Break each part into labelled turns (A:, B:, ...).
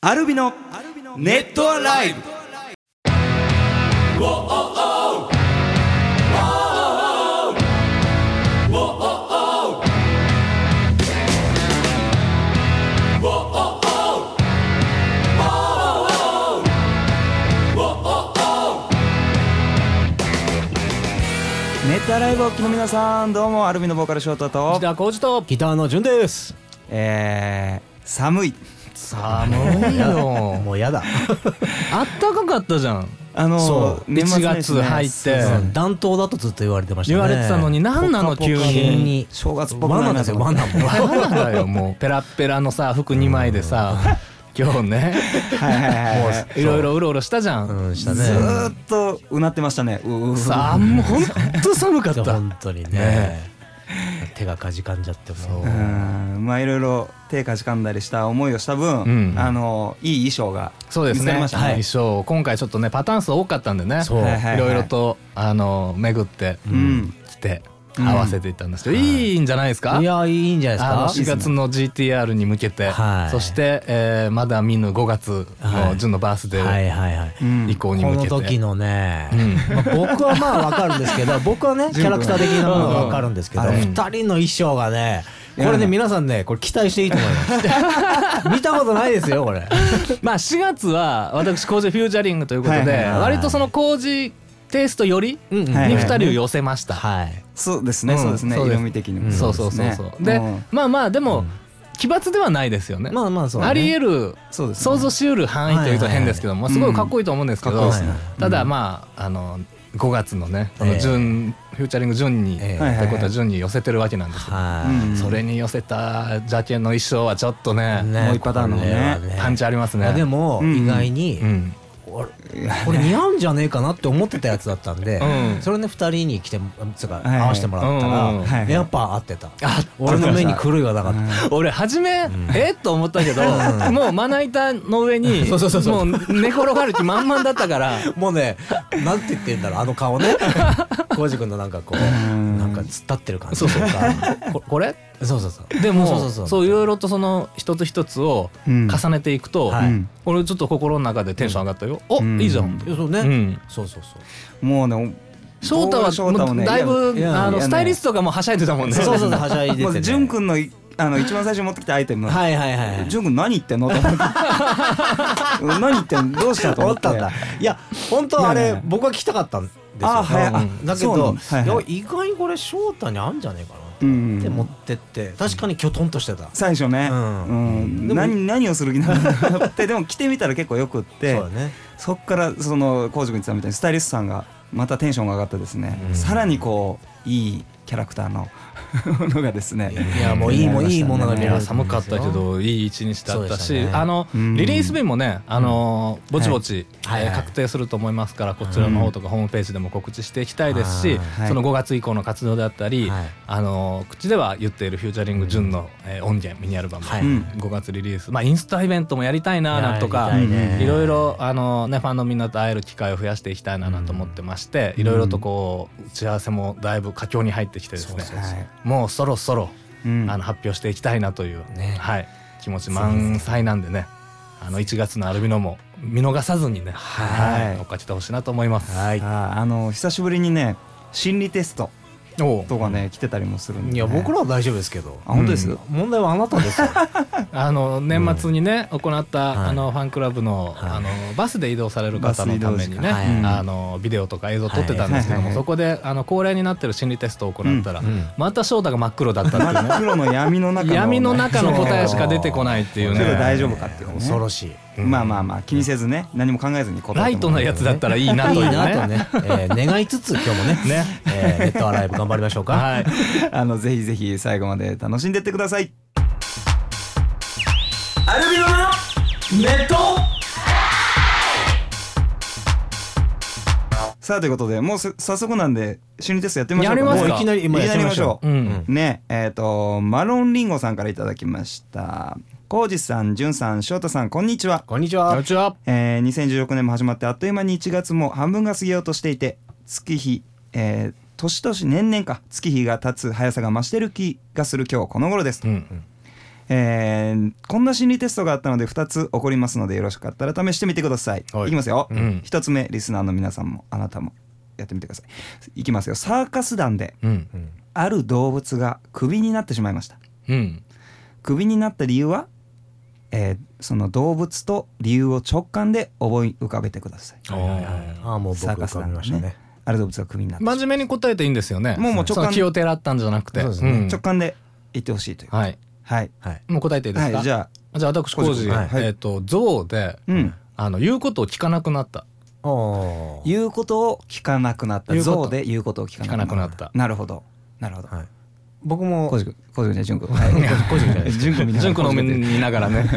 A: アルビのネットアライブネットアライブをお聞きの皆さんどうもアルビのボーカル翔太と
B: 田浩二とギターの順です
A: えー、寒い
B: 寒いよ
C: もうやだ。
B: あったかかったじゃん
A: あの
B: そう
A: 年末年始ね
B: 1月入って
A: そう
C: 暖冬だとずっと言われてましたね。
B: 言われてたのに何なの急
C: 急
B: に
C: に。
A: 正月っぽくな
C: 罠
A: いな
C: だ
A: と
C: よ、
A: 思って
C: 罠も。
B: 何なんだよもうペラッペラのさ服2枚でさ今日ね
A: はいはいはいはい
B: いろいろうろうろしたじゃん
C: うん、した
A: ず
C: ね。
A: ーっとうなってましたねううう
B: さあもうほんと寒かっ
C: いや
B: た
C: 本当にね
B: ね。
C: 手がかじかんじゃっても
A: う。んまあいろいろ手かじかんだりした思いをした分、
B: うん
A: あのいい衣装が
B: そうです
A: 見つか
B: ね
A: りましたね
B: 衣装今回ちょっとねパターン数多かったんでね
C: そう
A: はいはい
B: ろいろとあの巡って
A: うん
B: きて
A: うん
B: 合わせていったんですけどいいんじゃないですか
C: いや、いいんじゃ
B: あの
C: ないです
B: 4
C: か。
B: 月の GTR に向けて、
C: はい
B: そして、えーまだ見ぬ5月
C: は
B: の
C: い
B: 純のバースデ
C: は
B: ー
C: いはいはい。
A: うん
B: 以降
C: こ
B: に向け
C: の
B: て、
C: 時のね
B: う、ん
C: まあ僕はまあわかるんですけど僕はねキャラクター的なものはわかるんですけど
A: うん
B: うん
C: 2人の衣装がねこれ
A: いや
C: ね皆さんねこれ期待していいと思います見たことないですよこれ
B: まあ4月は私工事フュージャリングということで、
A: はいはい
C: はい
B: 割とその工事テイストよりに
A: はい
B: 2人を寄せました、
C: はい
A: そうですね、
B: うん
A: そうですね
B: そうです
A: 色味的にも、
C: ん
B: そうそうそうそうで、
A: うん
B: まあまあでも、奇抜ではないですよね,、
C: まあまあそうね
B: ありえる
A: そうですね
B: 想像しうる範囲というと変ですけども、
A: はいはい
B: すごいかっこいいと思うんですけど、
A: うんかっこいいですね
B: ただまああの5月のねその
C: ええ
B: 順、フューチャリング順に、
C: ええ
B: ってことは順に寄せてるわけなんですけど、
C: はい
A: うん
B: それに寄せたジャケの衣装はちょっとね
C: ね
A: もう一パターンのね
C: これは
B: パンチあります
C: いや
B: ね。
C: でも
A: うん
C: 意外に
B: うん、
C: これ似合うんじゃねえかなって思ってたやつだったんで
B: うん
C: それね2人に来てつうか
A: いはい
C: 合わせてもらった
B: うんうん
A: はいは
C: ら
A: い
C: やっぱ合ってた
B: あ
C: 俺の目に狂いはなかった
B: 俺初め、えっと思ったけど、もうまな板の上に
C: そうそうそうそう
B: もう寝転がる気満々だったから
C: もうね、なんて言ってんだろう、あの顔ね。コウジ君のなんかこう、
A: ん
C: なんか突っ立ってる感じ。そうそう
B: ここれ
C: そうそうそ う。
B: でも
C: そう
B: そ
C: そううそう
B: いろいろとその一つ一つを
A: うん
B: 重ねていくと、
C: はい
A: うん
B: 俺ちょっと心の中でテンション上がったよ、
A: うん
B: おいいじゃんって、
C: いやそう
B: う
C: ね。
B: ん、
C: そうそうそう。
A: もうね
B: 翔太
A: 僕翔太
B: はも
A: もね
B: うだいぶ
A: いやいや
B: あ
A: いや
B: の
A: ね
B: スタイリストがもうはしゃいでたもんね
C: そうそうそう、はしゃいでて
A: も
C: ね。
A: う潤くんのいあの一番最初に持ってきたアイテム、い
C: はいはいはいはい。
A: 潤くん何言ってんのと思 ってうん何言ってんのどうしたと
C: 思
A: 思っ
C: ってたんだ。いや、本当はあ
A: いやいや
C: れ
A: いや、
C: 僕は来たかったんですよ。
A: あはい
C: うん
A: あ
C: だけ
A: そうなの
C: ど、
A: はいはい
C: いや意外にこれ翔太に合うんじゃねえか
A: う
C: なって持
A: ん
C: ってって、確かにきょとんとしてた。
A: 最初ね、う
C: うんんでも
A: 何何をする気なのかな ってでも着てみたら結構よくって
C: そうだね。
A: そっからその浩司君言ってたみたいにスタイリストさんがまたテンションが上がってですね、
C: うん
A: さらにこういいキャラクターのものがですね
C: いや、もういいもんいいものが見
B: い
C: れる
B: や寒かったけ。どいい一日だ
C: そう
B: っ
C: で
B: た
C: し
B: し、
C: たね
B: あの
A: うん
B: リリース日もねあのぼちぼち、
C: はい
B: えー
C: はい
B: 確定すると思いますからこちらの方とかホームページでも告知していきたいですし、
A: はい
B: その5月以降の活動であったり、
C: はい
B: あの口では言っている「フューチャリング純の、えー音源ミニアルバム、
C: はい
B: うん5月リリース、まあ、インスタイベントもやりたいななんとか
C: や。りたね
B: いろいろあの、ね、ファンのみんなと会える機会を増やしていきたいななんと思ってまして、いろいろとこう打ち合わせもだいぶ佳境に入ってきてですね
C: そうそう
A: はい
B: もうそろそろ
A: うん
B: あの発表していきたいなという、
C: ね
B: はい、気持ち満載なんでねあの1月のアルビノも見逃さずにね、
A: はい
B: 追っかけてほしいなと思います。
C: はい。
A: あーあの久しぶりにね心理テスト
B: おう
A: とかね来てたりもするんで、ね、
C: いや、僕らは大丈夫ですけど。
A: あ本当です、
B: うん
C: 問題はあなたですよ。
B: あの年末にね、行った、
C: はい
B: あのファンクラブの,、
C: はい
B: あのバスで移動される方のために
A: バス移動時
B: ね、
C: 間はい
A: うん
B: あのビデオとか映像撮ってたんですけども、
A: はいはいはい
B: そこであの恒例になってる心理テストを行ったら、
C: うんうん
B: また翔太が真っ黒だったっていうね
A: 真っ黒の闇の中の、
B: 闇の中の答えしか出てこないっていう
A: ちょっと
B: ね
A: 大丈夫かっていうね
C: 恐ろしい。
A: まあまあまあ気にせずね何も考えずに答えてもら
B: ライトなやつだったらいいなという
C: いいな
B: ね。
C: とね、えー願いつつ今日もね、
B: ね
C: えーネットアライブ頑張りましょうか。
B: はい
A: あのぜひぜひ最後まで楽しんでってくださいアルビノのネットさあということでもうす早速なんで心理テストやってみましょう
B: やります
A: もう
B: か
C: もういきなり今やってみましょう。
B: うん
A: うねえっ、とマロンリンゴさんからいただきました浩二さん潤さん翔太さんこんにちは
C: こんにち
B: こん
C: は
B: に。ちは
A: えー、2016年も始まってあっという間に1月も半分が過ぎようとしていて月日、えー、年々年々か月日が経つ速さが増してる気がする今日この頃です、
B: うん、
A: えーこんな心理テストがあったので2つ起こりますのでよろしかったら試してみてください、
B: はい
A: いきますよ、
B: うん
A: 1つ目リスナーの皆さんもあなたもやってみてくださいいきますよサーカス団で
B: うん
A: ある動物がクビになってしまいました
B: うん
A: クビになった理由は、えーその動物と理由を直感で思い浮かべてください
B: はいはいはい
C: ああもう僕
A: サーカス
C: 浮
A: 団が
C: かびましたね。
A: ある動物がクビになってしま
B: 真面目に答えていいんですよね
A: もうもう直感
B: その気をてらったんじゃなくて
C: そうですね
A: う直感で言ってほしいという
B: うんはい
A: はい
C: はい。
B: もう答えていいです
A: は
B: か
A: いじゃあ
B: じゃあ私工事、
C: はい
A: はい
B: えっ、と象で
A: うん
B: あの言うことを聞かなくなった。
C: ああ。
A: 言うことを聞かなくなった
B: 言うこと
A: 象で言うことを聞かなくなった
B: 聞かなくなった
A: なるほどなるほど
C: はい。僕も
A: 小。路君小路君じゃない純子はい小路君じゃない純子みたいな
B: 純子の目見ながらね。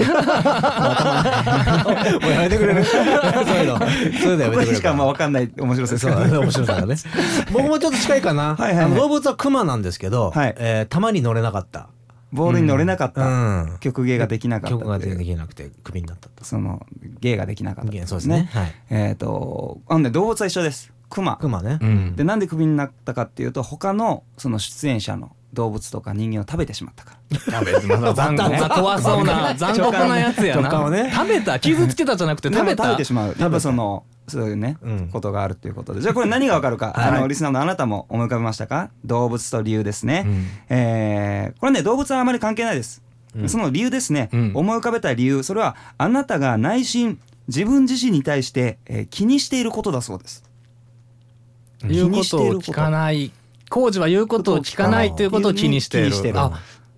C: もうやめてくれる。そういうの。そういうのやめ
A: これ
C: てくれる
A: しかあんま分かんない面白さです
C: そう
A: から
C: だね、面白さがね。 僕もちょっと近いか
A: は
C: な。
A: いはいはい
C: あの動物はクマなんですけど、
A: はい
C: えー玉に乗れなかった。
A: ボールに乗れなかった
C: ん
A: 曲芸ができなかった
C: 曲が
A: ってい
C: で
A: う
C: きなくて、クビになったと。
A: その芸ができなかったってい
C: そうですね。はい。
A: えっとあのね動物は一緒ですクマ
C: クマね。
B: うん
A: でなんでクビになったかっていうと他のその出演者の動物とか人間を食べてしまったから
B: 食べてまだ残酷な怖そうな残酷なやつや
C: 直感を
B: な、
C: ね
B: 食べた傷つけたじゃなくて食べ
A: 食
B: た
A: べてしまうやっぱそのそういうね、
C: うん
A: ことがあるということでじゃあこれ何がわかるか、あのリスナーのあなたも思い浮かべましたか動物と理由ですね、
B: うん
A: えーこれね動物はあまり関係ないです、その理由ですね、
B: うん
A: 思い浮かべた理由それはあなたが内心自分自身に対して、えー気にしていることだそうです
B: 言うことを聞かない工事は言うことを聞かないということを気にしている
A: 気にしてる
B: あ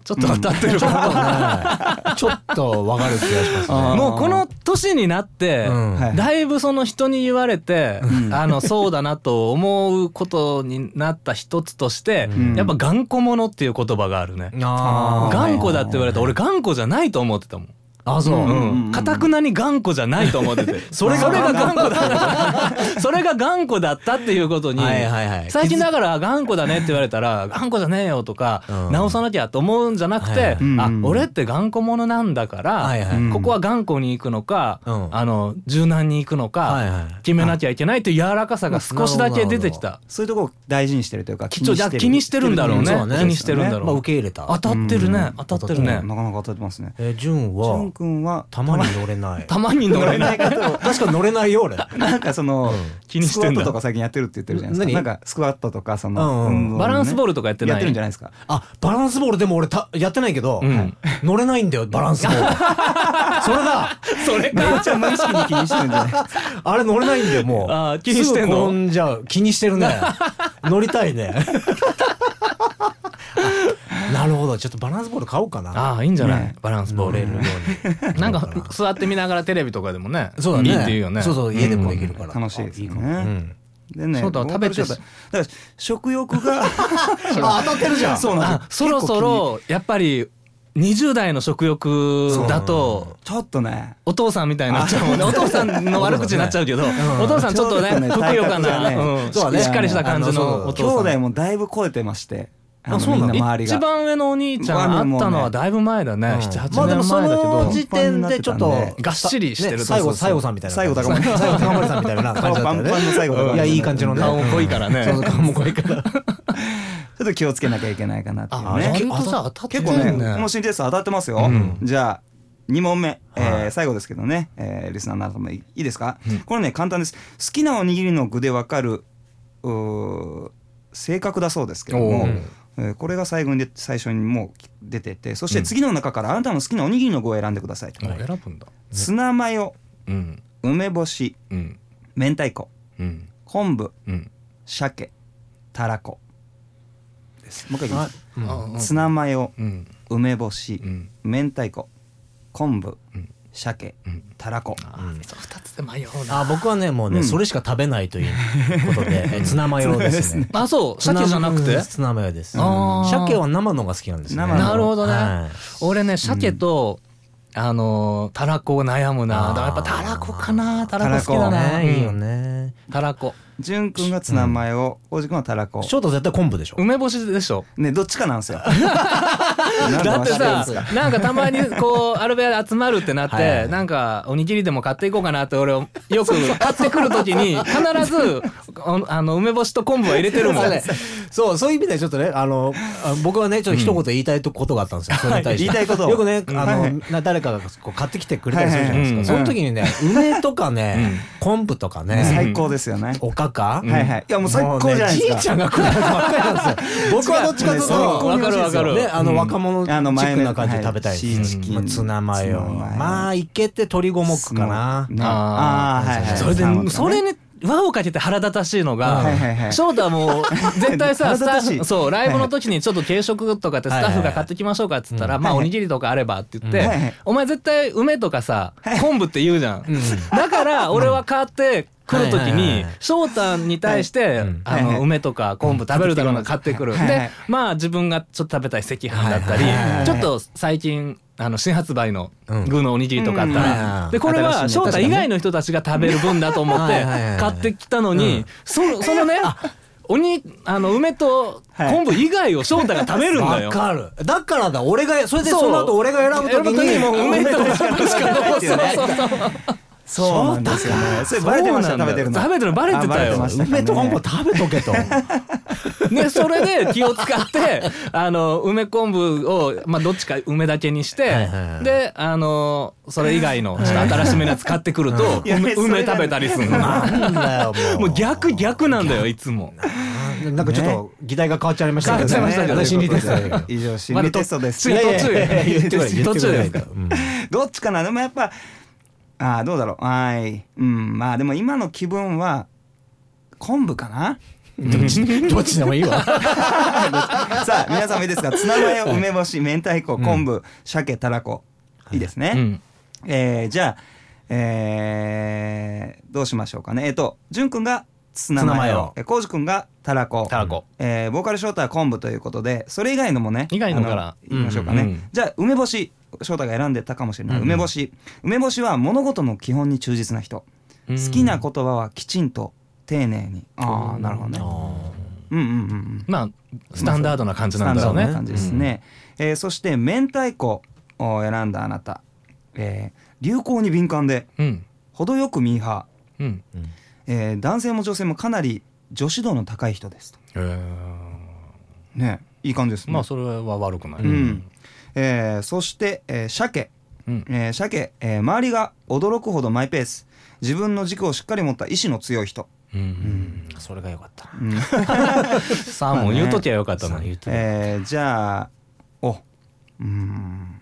B: ちょっと当たってるか
C: ちょっとわかる気がします
B: も、
A: あー
C: ね。
B: もうこの年になって、
C: うん
A: はい
B: だいぶその人に言われて、
A: うん
B: あのそうだなと思うことになった一つとして、
C: うん
B: やっぱ頑固者っていう言葉があるね、
A: あー
B: 頑固だって言われたら俺頑固じゃないと思ってたもん。あそううん。かたくなに頑固じゃないと思ってて。それがそれが頑固だった。 それが頑固だったっていうことに。
C: はいはいはい
B: 最近だから頑固だねって言われたら、頑固じゃねえよとか
C: う、ん
B: 直さなきゃと思うんじゃなく
C: はいは
B: て
C: い、
B: あ
A: うん、
B: 俺って頑固者なんだか
C: はい
B: ら、
C: はい。
A: うん
B: ここは頑固に行くのか、
C: うん
B: あの、柔軟に行くの
C: はい
B: か、
C: はい。
B: 決めなきゃいけないという柔らかさが少しだけ出てきた。
A: そういうとこを大事にしてるというか
B: 貴重じゃあ気にしてるんだろうね
C: そう。ね
B: 気にしてるんだろ
C: まあ
B: う
C: 受。け入れた。
B: 当たってるね。
A: うん
B: 当たってるね。
A: なかなか当たってますね
C: えー、ジュン
A: ジュン
C: は、
A: 君は
C: 玉に乗れない。
B: たまに乗れない
C: 確か乗れないよ、俺。
A: なんかその、
B: 気にして
A: スクワッ
B: んだ
A: トとか最近やってるって言ってるじゃないですか。
C: 何
A: なんかスクワットとかそ
C: うん うん
A: の、
B: バランスボールとかやって
A: ルやっ
B: ない
A: てるんじゃないで すか。
C: あ、バランスボールでも俺たやってないけど、
B: うん
C: 乗れないんだよ、バランスボール。 それだ
B: そ
A: め
B: れか
A: っちゃ無意識に気にしてるんじゃないですか。
C: あれ乗れないんだよ、もう。
B: あー気にしてんの
C: すぐ転んじゃう。気にしてるね。乗りたい ね。あなるほど。ちょっとバランスボール買おうかな。
B: ああいいんじゃない、
A: ね
B: バランスボール、
C: 乗れるよう に
B: なんか座って見ながらテレビとかでもね
C: そうだ
B: いい
C: ね。
B: っていうよね
C: そうそう、家でもできるから。
A: 楽しいですよ
C: あいいかも
A: ね。
C: うん
A: でね
B: そうだ
A: ボー
B: 食べて
A: カルショートだから食欲が
C: あ、当たってるじゃ ん。
A: そうなん
B: あ
A: です
B: そろそろやっぱり20代の食欲だと
A: ちょっとね。
B: お父さんみたいになっちゃうもんねお父さんの悪口になっちゃうけど、お父さんちょっとね
A: ちょっとね
B: ふくよかな、
A: 体格がね
B: うん
A: そうだね
B: しっかりした感じ
C: あ
B: の
C: の
B: お
A: 兄
B: 父さ
A: 弟
B: ん
A: もだいぶ超えてまして。あの
C: あそうなの
A: みんな周りが。
B: 一番上のお兄ちゃん会ったのはだいぶ前だね、
C: うん
B: 78
C: まあでも
B: 年前だけど、
C: その時点でちょっ
A: パンパンにな
C: と
A: ってたん
B: でがっしりしてる
C: ね最後最後さんみたいな
A: 西郷隆盛
C: 最後高森さんみたいな感
A: 顔
C: じだ
A: パ
C: ったよ
A: ン
C: ね
A: パンの最後だから
C: いやいい感じのね
B: 顔も濃いからね
C: そうそう顔も濃いか
A: ち
C: ら
A: ょっと気をつけなきゃいけないかなっていう
B: あ
A: ね。
B: ちゃんとさ当たっ
A: 結
B: て
A: 構
B: ん
A: ね、
B: ね
A: この心理テスト当たってますよ。じゃあ、2問目、えー最後ですけどね、えーリスナーの方もいいですか、これね、簡単です。好きなおにぎりの具でわかる、うー性格だそうですけど
B: お
A: も
B: う、
A: えーこれが最後にで最初にもう出てて、そして次の中からあなたの好きなおにぎりの具を選んでくださいと。
B: あ選ぶんだ
A: ツナマヨ、
B: うん
A: 梅干し、
B: うん
A: 明太子、
B: うん
A: 昆布、
B: うん
A: 鮭、たらこ。です。もう一回いきま
C: あ
A: す。
C: うん
A: ツナマヨ、
B: うん
A: 梅干し、
B: うん
A: 明太子昆布、
B: うん
A: 鮭
B: うん
A: たらこ
B: あそう二つで迷うな
C: あ僕はねもう
A: う
C: ね、
A: ん
C: それしか食べないということ でえツナマヨですね
B: あそう鮭じゃなくて
C: ツナマヨです
B: あー
C: 鮭は生のが好きなんですね
A: 生の
B: なるほどね
C: は
B: 俺ね鮭とあのーたらこを悩むなだからやっぱたらこかなたらこ好きだ
C: い
B: な
C: ねいいよ
B: うん
C: ね
B: たらこ
A: 潤くんがツナマヨを浩司くんはたらこ
C: 翔太絶対昆布でしょ。
B: 梅干しでしょ
A: ねどっちかなんです よなんで
B: だって
A: 忘れるん
B: さ
A: ですか
B: なんかたまにこうアルベア集まるってなって、
C: はいはい
B: なんかおにぎりでも買っていこうかなって俺よく買ってくる時に必ずあのあの梅干しと昆布は入れてるもん
C: そうねそう、そういう意味ではちょっとね、あの、あ僕はね、ちょっと一言言いたいとことがあったんですよ。それに対して。
A: はい言いたいこと
C: よくね、あ
A: はいは
C: の
A: い、
C: な誰かがこう買ってきてくれたりするじゃないですか。
B: はい
C: その時にね、梅とかね、昆布とかね、
A: 最高ですよね、
C: おかか、
A: はいはいいやもう最高じゃないですか
C: もうねじいちゃんが食うやつばっかりなんですよ。僕はどっちかというと、
B: わかるわかる
C: ね、あの若者チ
A: あの
C: ッ
A: 前
C: ク
A: の
C: な感じで食べたい
A: はい
C: です
A: シーチキン
C: まあツナマヨ。
A: ツナマヨ
C: まあ、いけて鶏五目かな。
A: ね
B: あ
A: あー
B: ー
A: はいはい
B: それ
A: サーモンとかね
B: でそれに輪をかけて腹立たしいのが
A: はいはいはい
B: 翔太は もう絶対さ
A: 腹
B: ス
A: 立
B: タ
A: たしい
B: ッフそうライブの時にちょっと軽食とかってスタッフが買ってきましょうかっつったら「まあおにぎりとかあれば」って言っ
A: はいは
B: て
A: い
B: 「お前絶対梅とかさ昆布って言うじゃん」だ から俺は買って来る時
C: はいはいはい
B: に
C: はい
B: 翔太に対して
C: ん
B: あ
A: はいは
B: の
A: い
B: 梅とか昆布食べるだろうな買ってくる
A: はいはい
B: でまあ自分がちょっと食べたい赤飯だったり
C: はいはい
A: はい
B: ちょっと最近あの新発売の
C: うん
B: 具のおにぎりとかあった
A: うん
C: はいは
B: ら
C: い
B: でこれは
A: 新しい
B: 翔
A: ね
B: 太以外の人たちが食べる分だと思っ
C: は
B: て
C: いはいはいはい
B: 買ってきたのに、そそのねおにあの梅と昆布以外を翔太が食べるんだ
C: わ
B: よ。
C: かる。だからだ、俺が、それで
B: そう
C: その後俺が選ぶ時に、
B: 選ぶ時にもう梅と昆布しか残ってないそうそうそう
A: そうなんですよねそれバレてました
B: そうなん
A: 食べ
B: だ
A: て
B: よ
A: るの
B: 食べてるのバレてたよ
A: あバレてましたかね
C: 梅と昆布食べとけと。
B: ね、それで気を使って、あの、梅昆布を、まあ、どっちか梅だけにして、
C: はいはいはい
B: で、あの、それ以外の、ちょっと新しめのやつ買ってくると、
A: いや
B: 梅
A: それ
B: 梅食べたりするの。
C: なんだよ、
B: も
C: もう。
B: う逆逆なんだよ、いつも。
C: あなんかちょっと議題が変わっちゃいましたけどね。
B: 変わっちゃいましたけど
C: 私心理テストだけど。
A: 以上心理テストです
B: まだ
C: い
B: 途
C: やい
B: 中
C: やいや言ってくれ言ってくれ
B: 途中ですか
C: うん
A: どっちかなでもやっぱああどうだろうはいうんまあでも今の気分は昆布かな
C: どっちどっちでもいいわ。
A: さあ皆さんもいいですかツナマヨ梅干し明太子昆布鮭たらこいいですね、
B: うん。
A: えーじゃあえーどうしましょうかねえっ、と潤くんがツナ
C: ツナ
A: マ
C: マ
A: ヨ
C: ヨ
A: えー浩司くんがたらこ
B: たらこ。
A: えーボーカル翔太は昆布ということでそれ以外のもね
B: 以外のから
A: あ言いましょうかね、
B: うんうんうん
A: じゃあ梅干し翔太が選んでたかもしれない、
C: うんうん
A: 梅干し梅干しは物事の基本に忠実な人、
B: うん
A: 好きな言葉はきちんと丁寧にああなるほどねうんうんうんうん
B: まあ、スタンダードな感じ
A: ス
B: な
A: タン
B: んだろ
A: ダードな
B: うね。
A: 感じですね、えーそして明太子を選んだあなた、えー流行に敏感で
B: うん。
A: 程よくミーハ
B: うん。
A: ー、えー男性も女性もかなり女子度の高い人ですと
B: え
A: ねいい感じですね
B: まあ、それは悪くない。
A: うん。えーそして、えー鮭、
B: うん
A: えー鮭、えー周りが驚くほどマイペース自分の軸をしっかり持った意志の強い人、
B: うん。
C: それが良かった。
A: うん
B: サーモン言うときはよかったのに。
A: えーじゃあおうーん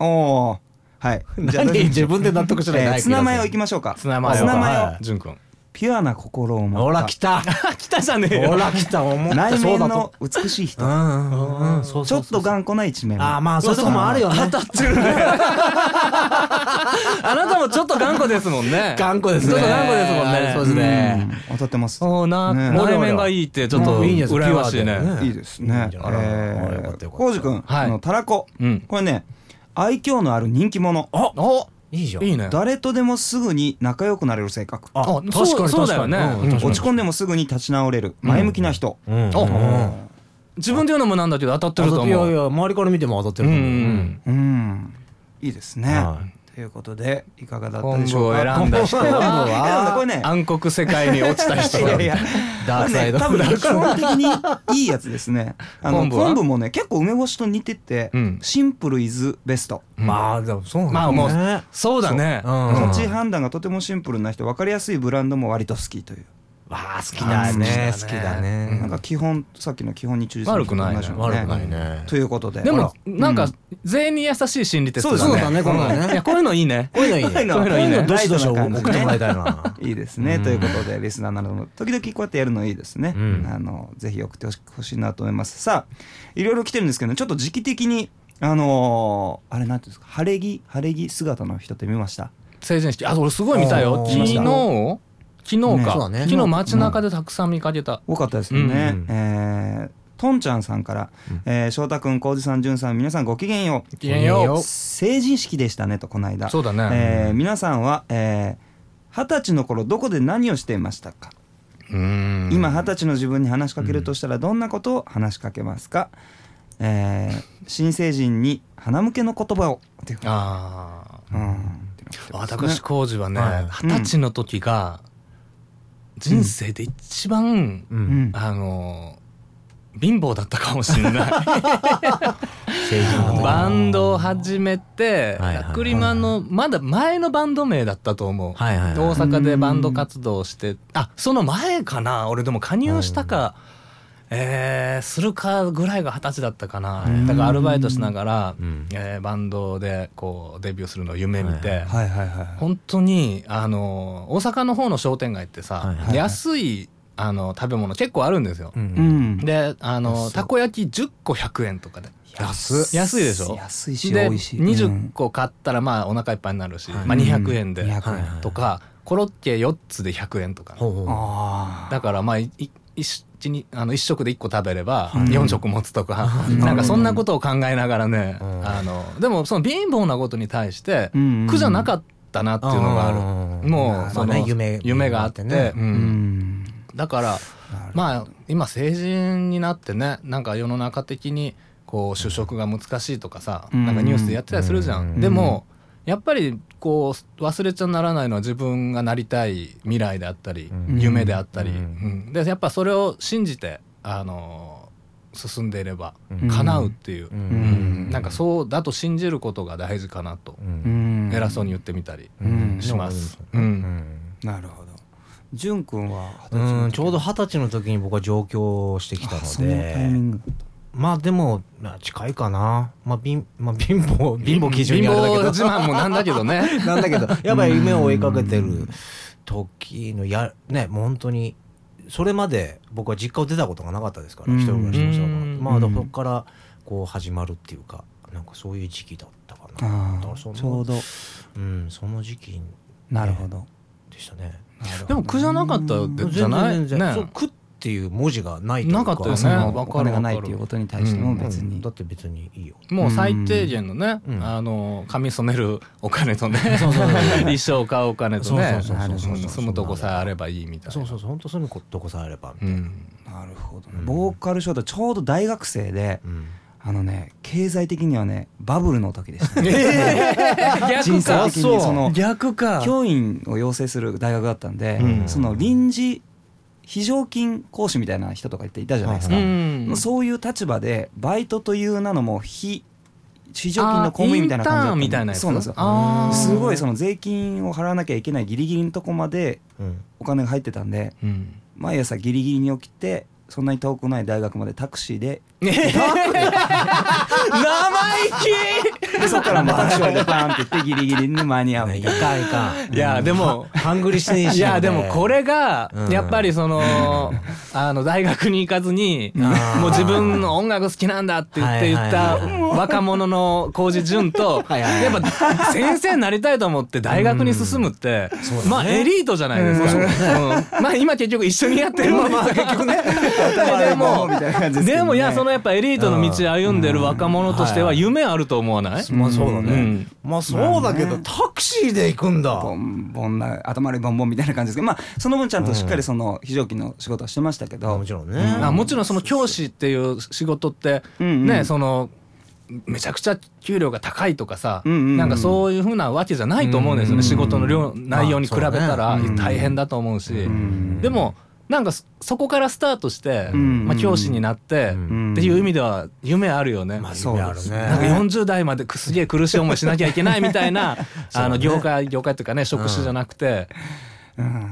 A: おー はいじゃあどうしま
C: 何
A: しょ
C: 自分で納得し
A: う
C: ない
A: え
C: な
A: ー
C: い。
A: ツナマヨいきましょうか
B: ツナマヨ。
A: ツナマヨ
C: はい
B: 淳くん。
A: ピュアな心を持った
C: ほら来た。
B: 来たじゃねえ
C: ほ
B: よ。
C: ら来た。思った
A: 内
C: そう
A: 面
C: だと
A: の。美しい人
C: うんうんうん。そう
A: ち
C: そ
A: ょ
C: う
A: っ
C: そ
A: と
C: う
A: 頑固な一面も
C: ああまあそういうとこもあるよね。
B: 当たってるねあなたもちょっと頑固ですもんね
C: 頑固ですね。
B: ちょっと頑固ですもんね
C: そうですね。
A: うん当たってます
B: おな、
A: ね
B: 内面がいいってちょっと
C: いいんですよ
B: 羨ましい
C: ピュアで
B: ね
C: ね
A: いいですね。
C: いいんじゃないあよかった
A: え
C: よ
A: ー
C: かった
A: 浩司君、
B: はい
A: あのたらこ、
B: うん
A: これね、愛嬌のある人気者。
B: あお
C: いいじゃん。
B: いいね
A: 誰とでもすぐに仲良くなれる性格。
C: あ
B: そう
C: 確かに確かに
B: そうだよね
C: うん
A: 落ち込んでもすぐに立ち直れる前向きな人。
C: うんうん
B: お自分で言うのもなんだけど当たってると
C: いやい
B: 思う
C: や周りから見ても当たっ
B: う
C: てると思う。
B: ん
A: うん、いいですね
C: は。
A: ということでいかがだった
B: 昆
A: でし
B: 布
A: ょ
B: を
A: うか。
B: 選んだ人
A: あ
B: は
A: あ選んだこれね。
B: 暗黒世界に落ちた 人
A: いやいや
C: ダークサイド
A: これね多分基本的にいいやつです ね。あの
B: 昆布は
A: 昆布もね結構梅干しと似てて
B: うん
A: シンプルイズベスト。
C: まあでもそうなん
B: まあもう
C: ね
B: そうだね
C: そううん
A: 価値判断がとてもシンプルな人分かりやすいブランドも割と好きという、
C: わあ好きだね好きだ
A: な
C: ね
A: んか基本さっきの基本に忠実な人と同じよう
B: うん
C: 悪くないね
A: ということで
B: で
A: ほ
B: も
A: ら
B: なん
A: う
B: か全員に優しい心理テスト
A: そうです
C: そうだねこの前ね
B: いやこういうのいいね
C: こういうのいいね
A: こういうの
C: こういうのどしどし
A: ライトな感じ
C: 送ってもらいたいな い
A: いですね、ということでリスナーなども時々こうやってやるのいいですね、
C: うん
A: あのぜひ送ってほしほしいなと思いますさあいろいろ来てるんですけど、ね、ちょっと時期的にあのーあれなんていうんですか晴れ着晴れ着姿の人って見ました
B: 成人式あ俺すごい見たよ
C: おー
B: 昨日昨日
A: ね
B: か、
C: そうだね
B: 昨日街中でたくさん見かけた、
A: 多かったですよね、
C: うんうん
A: えーとんちゃんさんから、えー翔太くん浩二さんじゅんさん皆さんごきげんよう
B: ごきげんよう
A: 成人式でしたねとこの間
B: そうだね、
A: えー皆さんは、えー二十歳の頃どこで何をしていましたか
B: うん
A: 今二十歳の自分に話しかけるとしたらどんなことを話しかけますか、えー新成人に花向けの言葉をっていう
B: ああ
A: うん
B: 私工事はね
C: はい
B: 二十、歳の時が人生で一番、
C: う
A: うんん、
B: あの貧乏だったかもしれない
C: 成人の時
B: バンドを始めて
C: はいはいはい
B: ラクリマのまだ前のバンド名だったと思う、
C: はいはいはい
B: 大阪でバンド活動してあその前かな俺でも加入したか、えーするかぐらいが二十歳だったかな、
A: い
B: だからアルバイトしながら、
C: うん
B: えーバンドでこうデビューするのを夢見て、
A: はいはいはい
B: 本当にあの大阪の方の商店街ってさ、
C: はいはい
A: はい
B: 安いあの食べ物結構あるんですよ、
C: うん
B: であの
C: 安い
B: たこ焼き10個100円とかで
C: 安っ
B: 安いでしょ
A: 安いし美
B: で
A: 味しい
B: 20個買ったらまあお腹いっぱいになるし、
C: はい
B: まあ、200円で、
A: うん200
C: はいはい
B: とかコロッケ4つで100円とか、
C: ほうほう
A: あ
B: だからまあいい一日にあの一食で1個食べれば
A: うん
B: 4食持つとか、
A: うん
B: なんかそんなことを考えながらね、
C: うん
B: あのでもその貧乏なことに対して
A: ら
B: 苦じゃなか
A: っ
B: ったなっていうのがある。もう
C: そ
B: そ
C: の
B: の
C: 夢
B: 夢があってう
C: ね
A: た
B: んだから
A: あ
B: まあ今成人になってねなんか世の中的にこう就職が難しいとかさ
A: うん
B: なんかニュースでやってたりするじゃ
C: うん
B: ん。でもやっぱりこう忘れちゃならないのは自分がなりたい未来であったり
C: うん
B: 夢であったり、
C: うん
B: うんでやっぱそれを信じてあの進んでいれば
C: うん
B: 叶うっていう、
C: うん
A: ん
B: なんかそうだと信じることが大事かなと
C: うん
B: 偉そうに言ってみたり。
A: うん
B: します
C: うん
A: なるほど潤くんは二十歳
C: う
A: の時
C: んうんちょうど二十歳の時に僕は上京してきた
A: あそ
C: の
A: のタイミ
C: で
A: ング
C: まあでもまあ近いかなまあ貧まあ貧乏貧乏基準にあれだけ
B: 貧乏
C: ど
B: 自慢もなんだけど ね
C: なんだけど、やっぱり夢を追いかけてる時のや、ね、もう本当に、それまで僕は実家を出たことがなかったですから、
A: うん
C: 一人暮らしの人だから。
B: うん
C: まあ、
A: う
C: だ
A: ん
C: からそこからこう始まるっていうか、なんかそういう時期だったかな。
A: あ
C: だからそ
A: ー
C: の
A: ちょうど
C: うん、その時期
A: なるほど
C: でしたね。
B: でも苦じゃなかったでじゃない
C: 全然全然そう
B: ね
C: 苦っていう文字がないという
B: なかったよね
A: その
B: わ
A: お
B: か
A: 金
B: るわかる
A: がないっていうことに対しても
B: うん
A: 別
C: うん
A: に
C: だって別にいいよ。
B: もう最低限のね、
C: うん
B: あの髪染めるお金とね衣装買うお金とね
C: そう
A: そうそうそう
B: うん住むとこさえあればいいみたいな
C: そうそうそう、本当そういうことこさえあれば。
B: うん
A: なるほど
C: う
A: ね
C: ん
A: ボーカルショートちょうど大学生で
C: うん
A: あのね経済的にはねバブルの時でしたね人
B: 逆
A: 生
B: か
A: 的にその
B: 逆か
A: 教員を養成する大学だったんで、
B: うん
A: その臨時非常勤講師みたいな人とかっていたじゃないですか、
B: うん
A: そういう立場でバイトという名のも非非常勤の公務員みたいな感じだ
B: あ
A: った
B: インターン
A: んで
B: みたいなやつ
A: そうなんですよ
B: あー
A: すごいその税金を払わなきゃいけないギリギリのとこまで
C: うん
A: お金が入ってたんで
B: うん
A: 毎朝ギリギリに起きてそんなに遠くない大学までタクシー で
B: 生意
A: でそっからまあタクシーでバーンって行ってギリギリに間に合うみ
C: い
A: たいな。
C: かんいかん。
B: 気いやでも
C: ハングリーステー
B: い
C: ション
B: やでもこれが
C: うん
B: やっぱりそのあの大学に行かずに
C: あー
B: もう自分の音楽好きなんだって言っ
C: はい
B: て言
C: は
B: っ
C: いは
B: た
C: い
B: 若者の浩二潤と
C: はいはい
B: やっぱ先生になりたいと思って大学に進むってまあエリートじゃないですかうんまあ今結局一緒にやってるまあ結局ね でも
A: みたいな感じすけど
B: で
A: ね
B: もいやそのやっぱエリートの道歩んでる若者としては夢あると思わない
C: まあそうだ
B: う
C: ね
B: ん。
C: まあそうだけど、タクシーで行くんだ。
A: ボンボンな頭悪いボンボンみたいな感じですけどまあその分ちゃんとしっかりその非常勤の仕事はしてましたけど、
C: もちろんね。
B: あもちろんその教師っていう仕事って
A: うん
B: ね、
A: うん
B: そのめちゃくちゃ給料が高いとかさ、
A: うんうんうん
B: なんかそういうふうなわけじゃないと思うんですよね、仕事の量内容に比べた
C: ま
B: ら
A: そうね
B: 大変だと思うし、
A: ん
B: でもなんかそそこからスタートして、
A: ん
B: まあ、教師になって、
A: ん
B: っていう意味では夢あるよね。
C: まあ
A: そう
C: 夢あるね。
B: なんか40代までくすげえ苦しい思いしなきゃいけないみたいな、あの業界業界というかね職種じゃなくて、
A: うん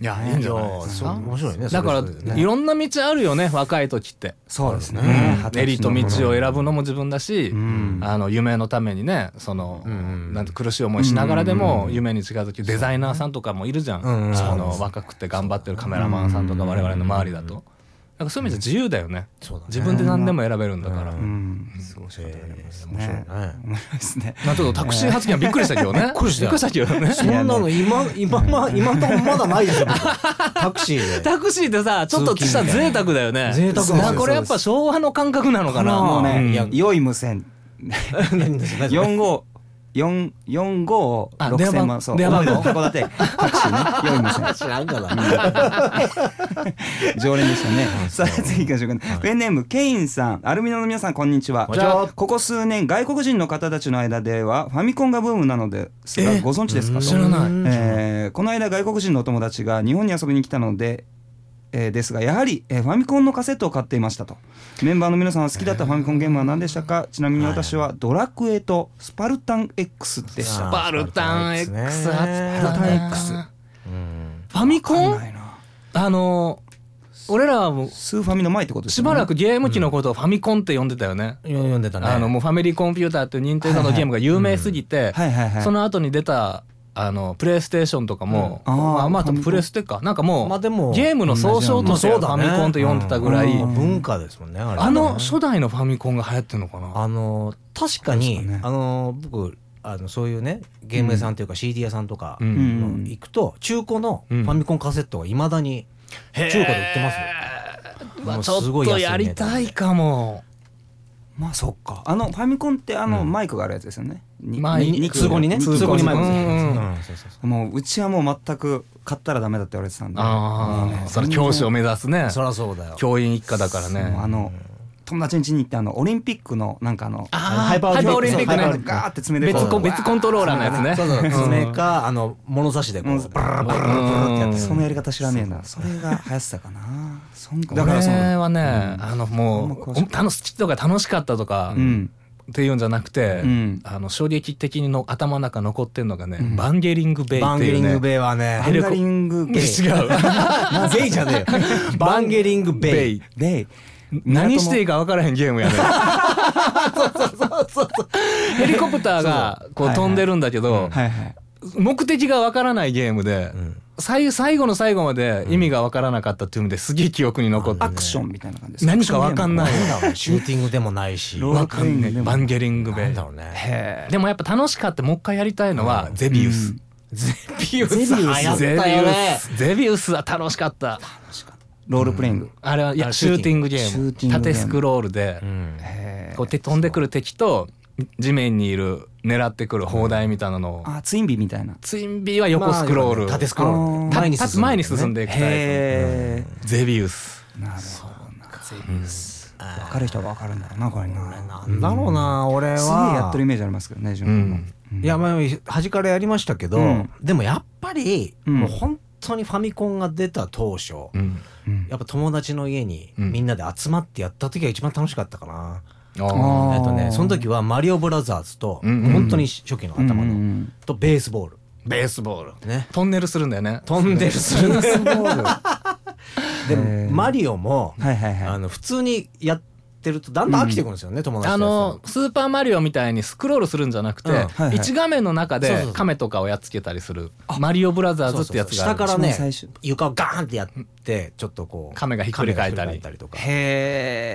B: いやいいんじゃないです
C: そう
B: か。
C: 面白いね。
B: だから、
C: それはそれでね
B: いろんな道あるよね若い時って。
A: そうですね、
B: うんエリート道を選ぶのも自分だし、
A: ん
B: あの夢のためにねその、
C: うんうん
B: なんて苦しい思いしながらでも夢に近づきデザイナーさんとかもいるじゃん、
C: うんうん
B: あの若くて頑張ってるカメラマンさんとか我々の周りだと、なんかそういう意味じゃ自由だよね、
C: そうだね
B: 自分で何でも選べるんだから、
A: う
B: ま
A: ん
C: 面白いね。
A: ね面白いですね
B: あちょっとタクシー発言はびっくりしたけど ねびっ
C: くりしたよ
B: けどね
C: そんなの今今ま今ともまだないですよ。僕タクシー で。
B: タクシーってさちょっとした贅沢だよね
C: 贅沢なんですよ
B: なこれやっぱ昭和の感覚なのかな
A: もうね、
B: ん
A: 良い無線
C: 何ですか
A: 4 5四四五
B: あ
A: 六
B: 電話
A: 千
B: 番
A: 万そう
B: 電話番号
A: 函館タクシ ーね四五千
C: 知らんから
A: 常連でしたねさあ次行きましょうかねペンネームケインさんアルミノの皆さんこんにちは
C: こんにちは
A: ここ数年外国人の方たちの間ではファミコンがブームなのですが
B: え
A: ご存知ですかと
B: 知らない
C: うん
A: えーこの間外国人のお友達が日本に遊びに来たので、えーですがやはり、えーファミコンのカセットを買っていましたとメンバーの皆さんは好きだったファミコンゲームは何でしたかちなみに私は「ドラクエ」と「スパルタン X」でした
C: あ
B: スパルタン X
C: スパル
A: タン X
B: ファミコン
A: ないな
B: あの俺らはもう
A: スーファミの前ってことです
B: し
A: よね
B: ばらくゲーム機のことをファミコンって呼んでたよね。
C: よ読んでたね
B: あのもうファミリーコンピューターっていう任天堂のゲームが有名すぎて
A: はいはいはい
B: その後に出たあのプレイステーションとかも、
A: うんあー
B: まあまあ
A: ファミコン
B: プレステかなんかもう、
C: まあでも
B: ゲームの総称としてフ
C: そうだ
B: ァ
C: ね
B: ミコンって呼んでたぐらい、
A: うんうん
C: 文化ですもんねあれね
B: あの初代のファミコンが流行ってるのかな
C: あの確かに、
A: そうですかね
C: あの僕あのそういうねゲーム屋さんというか CD 屋さんとか
B: う
C: の
B: ん
A: うん
C: 行くと中古のフ
B: うん
C: ァミコンカセットがいまだに中古で売ってますよ
B: うわ
C: もう
B: ち
C: す
B: ょ
C: ご
B: っ
C: い安い
B: と
C: ね
B: やりたいかも
A: まあそっかあのファミコンってあのマイクがあるやつですよねに
B: マイク
A: に
B: 通
C: 通行にね
A: 通行
C: 通行
A: に
C: に
A: マ
C: マ
A: イ
C: イ
A: ク
C: ク
A: つ
C: つ
A: けて
C: けて
A: るやつね
C: るやつうんそうそうそう
A: もううちはもう全く買ったらダメだって言われてたんで
B: あ
A: もう
B: あ、
A: ね
B: それ教師を目指すね
C: そりゃそうだよ
B: 教員一家だからね
A: もうあの友達ん家に行ってあのオリンピックのなんかあの
B: あー
C: ハイパー
B: ハイパーオリンピック
A: そうハイパーオリンピ
B: ね
A: ックガーって詰めて
B: 別コン
A: こう
B: 別コントローラーのやつね
C: そうそう
B: うん
C: それかあの物差しでこ
A: う
C: うんバラバラバラバラってやって
B: うん
A: そのやり方知らねえなそれが流行ってたかなそんだ
B: だ
A: か
B: からら
A: そ
B: それ
A: の
B: はね、あの
A: あんま
B: も
A: 詳しくないう
B: 楽しとか楽しかったとか、
A: うん
B: っていうんじゃなくて、
A: うん
B: あの衝撃的にの頭の中残ってんのがね、
A: ん
B: バンゲリングベイ
C: バ
B: っ
C: ン
B: て
C: ゲ
B: い
C: リ
B: う
C: ング
B: ね
C: ベイはね
A: ハンガリングゲイ
B: 違う
C: ゲイじゃねえよ バンゲリング
B: ベ
C: ベイ
B: イ
A: で
B: 何していいか分からへんゲームやねヘリコプターがこ
A: はいは
B: う
A: い
B: 飛んでるんだけ
A: は
B: ど、
A: いはい
B: 目的が分からないゲームで、
C: ん
B: 最最後の最後まで意味が分からなかったっていうのですげえ記憶に残って、
A: アクションみたいな感じです
B: 何か分かんない
A: アクションゲーム
C: なんだろうシューティングでもないし
A: ロー
B: 分かんない
A: でも
B: バンゲリング
C: な
B: ベ
C: ん
B: イ
C: だろうね
A: へえ
B: でもやっぱ楽しかったもう一回やりたいのは、ゼビウス、
C: ゼビウス
A: ゼビウス
C: 流行った
B: ゼ
C: よ
B: ビウ
C: ね
B: スゼビウスは楽しかった
A: ロールプレイング
B: あれはいやシ
C: シ
B: ュ
C: ュー
B: ー
C: テ
B: テ
C: ィ
B: ィ
C: ン
B: ン
C: グ
B: グゲ
A: シューティン
B: ー
A: グゲー
B: ム
A: ム
B: 縦スクロールで
C: うん
A: へえ
B: こうて飛んでくる敵と地面にいる狙ってくる砲台みたいなのを
A: あツインビーみたいな
B: ツインビーは横スクロール
C: まあ縦スクロールね
A: あー
B: 前に進んで前に進んでいくタイ
A: へえ
B: プゼビウス
A: なるほどな分かる人は分かるんだろうなこれな
C: なんだろうな俺は
A: すげえやってるイメージありますけどね自
B: う
A: 分も
B: ん
C: いやまあ端からやりましたけど、
A: うん
C: でもやっぱり、
A: うん
C: もう本当にファミコンが出た当初、
B: うん
A: うん
C: やっぱ友達の家に
B: うん
C: みんなで集まってやった時が一番楽しかったかな、
A: あー
C: えっとねその時はマリオブラザーズと、
B: うんうん
C: 本当に初期の
A: う
C: 頭の、
A: んうんうん
C: とベースボール
B: ベースボール
C: ね
B: トンネルするんだよね
C: 飛んでるする
A: すごいは
C: で
A: へー
C: マリオも、
A: いはいは
C: あ
A: い
C: の普通にやってるとだんだん飽きてくるんですよね、友達
B: あ
C: とやっ
B: のスーパーマリオみたいにスクロールするんじゃなくて
C: うんはい
A: はい
B: 1画面の中
C: そうそう
B: で
C: そう
B: カメとかをやっつけたりするマリオブラザ
C: てた
B: ー
C: の
B: ズってやつがあ
C: 下
B: る
C: から
A: 一番最
C: ね
A: 初
C: 床をガーンってやってちょっとこう
B: 亀がひっくり返ったり
C: 亀がひっくりとか
A: へ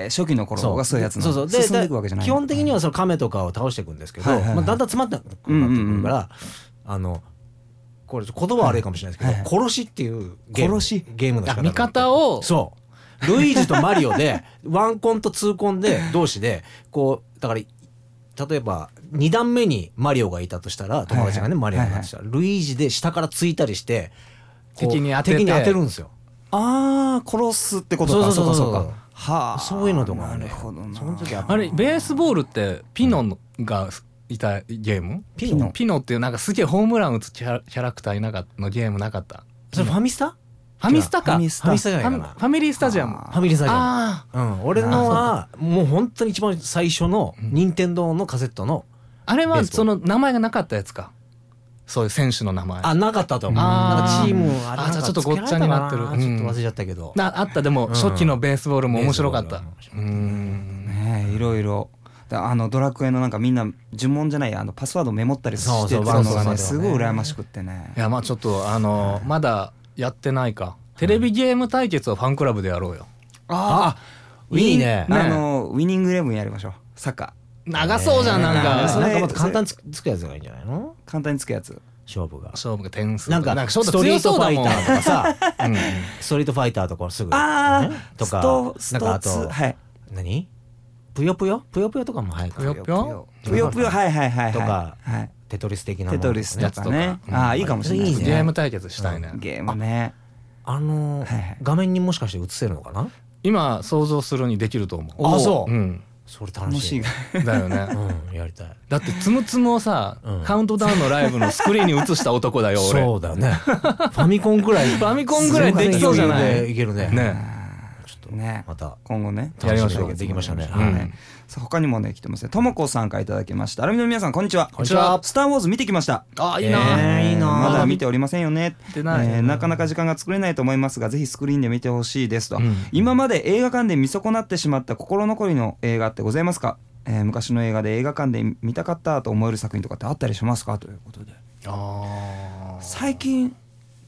A: え初期の頃がそういうやつな
C: そ
A: の
C: うそうで
A: 進んでいくわけじゃない
C: 基本的にはその亀とかを倒していくんですけど、
A: はいはいはい
C: まあ、だんだん詰まってくなってくるから、あのこれ言葉悪いかもしれないですけど、
A: はいはい
C: 殺しっていうゲーム
A: 殺し
C: ゲームの仕
B: あ
C: 方
B: 味方を
C: そうルイージとマリオで ワンコンとツーコンで同士でこうだから例えば2段目にマリオがいたとしたら友達
A: は
C: がね、
A: いはい
C: マリオがいたとしたら、ルイージで下からついたりしてこう
B: 敵に当てて
C: 敵に当てるんですよ。
A: ああ殺すってこと
C: そ
A: か
C: うそ
A: そうか
C: うそ
A: そ
C: うそうう
A: かはあ
C: そういうのとかね
A: なるほどな
C: その時は
B: あれベースボールってピノのがいたゲーム
C: ピノ
B: ピノっていうなんかすげえホームラン打つキャラキャラクターいなかったのゲームなかった
C: それファミスタ
B: ファミスタか
A: ファミスタ
C: ファミスタじゃないか
B: フ
C: な
B: ァミファミリースタジアム
A: あ
B: あ
C: ファミリーサイドの
B: あ
C: うん、俺のはもう本当に一番最初の任天堂のカセットの、
B: ーあれ
C: ベ
B: は
C: ースボ
B: そ
C: ー
B: の名前がなかったやつかそういう選手の名前
C: あ
B: あ
C: なかったと思う
B: あー
C: なんかチームあれなん
B: あじゃ
C: か
B: あちょっとごっちゃになってる
C: つけられたかなちょっと忘れちゃったけど、
B: あったでも
C: ん
B: 初期のベースボールも面白かった
C: ベース
B: うーん
A: ねえいろいろだあのドラクエのなんかみんな呪文じゃないあのパスワードメモったりして
C: そうそう
A: たの
C: そう
A: が
C: そうそ
A: ね
C: う
A: すごい羨ましくってね
B: いやまあちょっとあのまだやってないかテレビゲーム対決をファンクラブでやろうよ
A: あ
C: あいいね
A: あのウィニングイレブンやりましょうサッカ
B: 長そうじゃんなん
C: なんか
A: そ
B: か
A: れ
C: もっと簡単につつくやつがいいんじゃないの
A: ー簡単につくやつ
C: 勝負が
B: 勝負が点数
C: なんか
B: ちょっ
C: ス
B: と
C: トリ
B: 強そ
C: ートフ
B: うだ
C: ァイ
B: も
C: タ
B: ん
C: ーとかさ
B: うん
C: ストリートファイターとかすぐ
A: あ
C: ね
A: あ
C: とか
A: ス
C: なん
A: ト
C: か
A: ー
C: あ
A: ツ
C: と
A: はい
C: 何ぷよぷよぷよぷよとかも早
B: ぷ
C: く
B: よぷよ
A: ぷよぷよはいはいはいはい
C: とか
A: はい
C: テトリス的なも
A: テ
C: の
A: トリスと
B: やつと
A: か
B: か
A: ね
B: うん
A: ああいいかもしれないです
B: ゲー
A: ね
B: ム対決したいね。
A: ゲームね
C: あのー
A: はいはい
C: 画面にもしかして映せるのかな
B: 今想像するにできると思う。
C: あそう
B: うん。
C: それ楽
A: 楽
C: し
A: し
C: い
A: い
C: ね
A: が
B: だよね。
C: うんやりたい
B: だってつむつむをさ、
C: うん
B: カウントダウンのライブのスクリーンに映した男だよ俺。
C: そうだよねファミコンくらい フ
B: ァミコンぐらいできそうじゃない
C: いけるね
B: ね。
C: ちょっと
A: ね
C: また
A: 今後ね
B: やりましょう
A: 楽
C: できましたね
A: はい
B: うん
A: さあ他にもね来てますねともこさんからいただきましたアルミの皆さんこんにちは
B: こんにちは
A: スターウォーズ見てきました
B: あいい
C: え
B: な。
C: ーいいな
A: まだ見ておりませんよね
B: てない
A: えーなかなか時間が作れないと思いますがぜひスクリーンで見てほしいですと、
B: うん
A: 今まで映画館で見損なってしまった心残りの映画ってございますか、えー昔の映画で映画館で見たかったと思える作品とかってあったりしますかということで
B: あー
A: 最近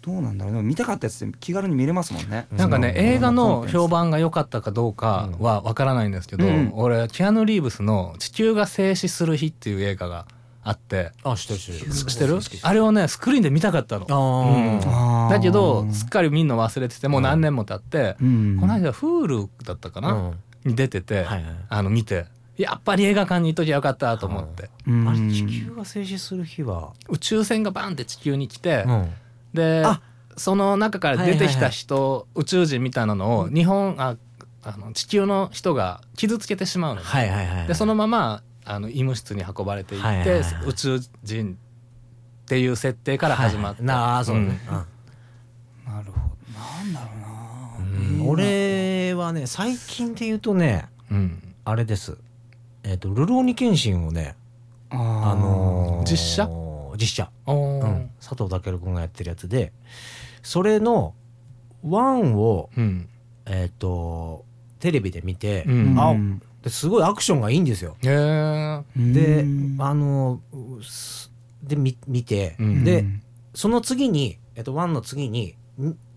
A: どうなんだろうでも見たかったやつって気軽に見れますもんね、
B: なんかね
A: その
B: 映画
A: コン
B: の
A: テンツ
B: 評判が良かったかどうかはわからないんですけど、
A: うん
B: 俺キアヌ・リーブスの「地球が静止する日」っていう映画があって、
C: あ知ってる知ってる
B: 知ってるあれをねスクリーンで見たかったの。
C: あー
A: あー
B: だけどすっかり見るの忘れててもう何年も経って、
A: うん
B: この間 Hulu だったかな、
C: うん
B: に出てて、
C: はいはい
B: あの見てやっぱり映画館に行っときゃよかったと思って、
A: うん
C: あれ地球が静止する日は
B: 宇宙船がバンって地球に来て、
C: うん
B: で
C: あ
B: その中から出てきた人、宇宙人みたいなのを日本ああの地球の人が傷つけてしまうの、
C: はいはいはい
B: でそのままあの医務室に運ばれていって、
C: はいはいはい
B: 宇宙人っていう設定から始まって、
C: はいはいなあそうね
B: うん
A: なるほどなんだろうな
C: うん俺はね最近で言うとね
B: うん
C: あれですえっとルローニケンシンをねあのー
B: 実写
C: 実写
B: おー
C: うん佐藤健君がやってるやつでそれの1を
B: うん
C: えっとテレビで見て
B: う
A: うん
B: ん
C: あですごいアクションがいいんですよ
B: へえ
C: で
A: うん
C: あのうすでみ見て、
B: うん
C: でその次に、えっと、1の次に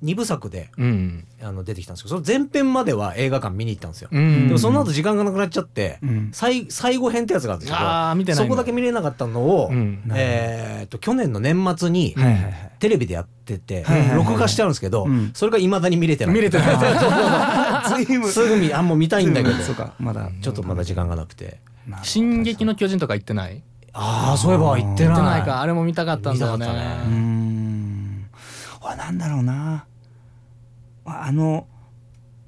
C: 2部作で
B: うん
C: あの出てきたんですけどその前編までは映画館見に行ったんですよ、
B: うん
C: でもその後時間がなくなっちゃって、
A: うん
C: 最最後編ってやつがあるんですけど
B: ああ見てない
C: そこだけ見れなかったのを、
B: うん
A: な
C: えーっと去年の年末に
A: はいはいはい
C: テレビでやってて、
A: はいはいはい
C: 録画してあるんですけど、
A: うん
C: それがいまだに見れてない
B: 見れてない
C: い
A: ずいぶん
C: すぐ見あもう見たいんだけど
A: そうかまだ
C: ちょっとまだ時間がなくて
A: な
B: 進撃の巨人とか行ってない
C: ああそういえば行って
B: 行っ
C: ない
B: てないかあれも見たかったんだよね
C: 見たかった
A: うーんあなんだろうなああの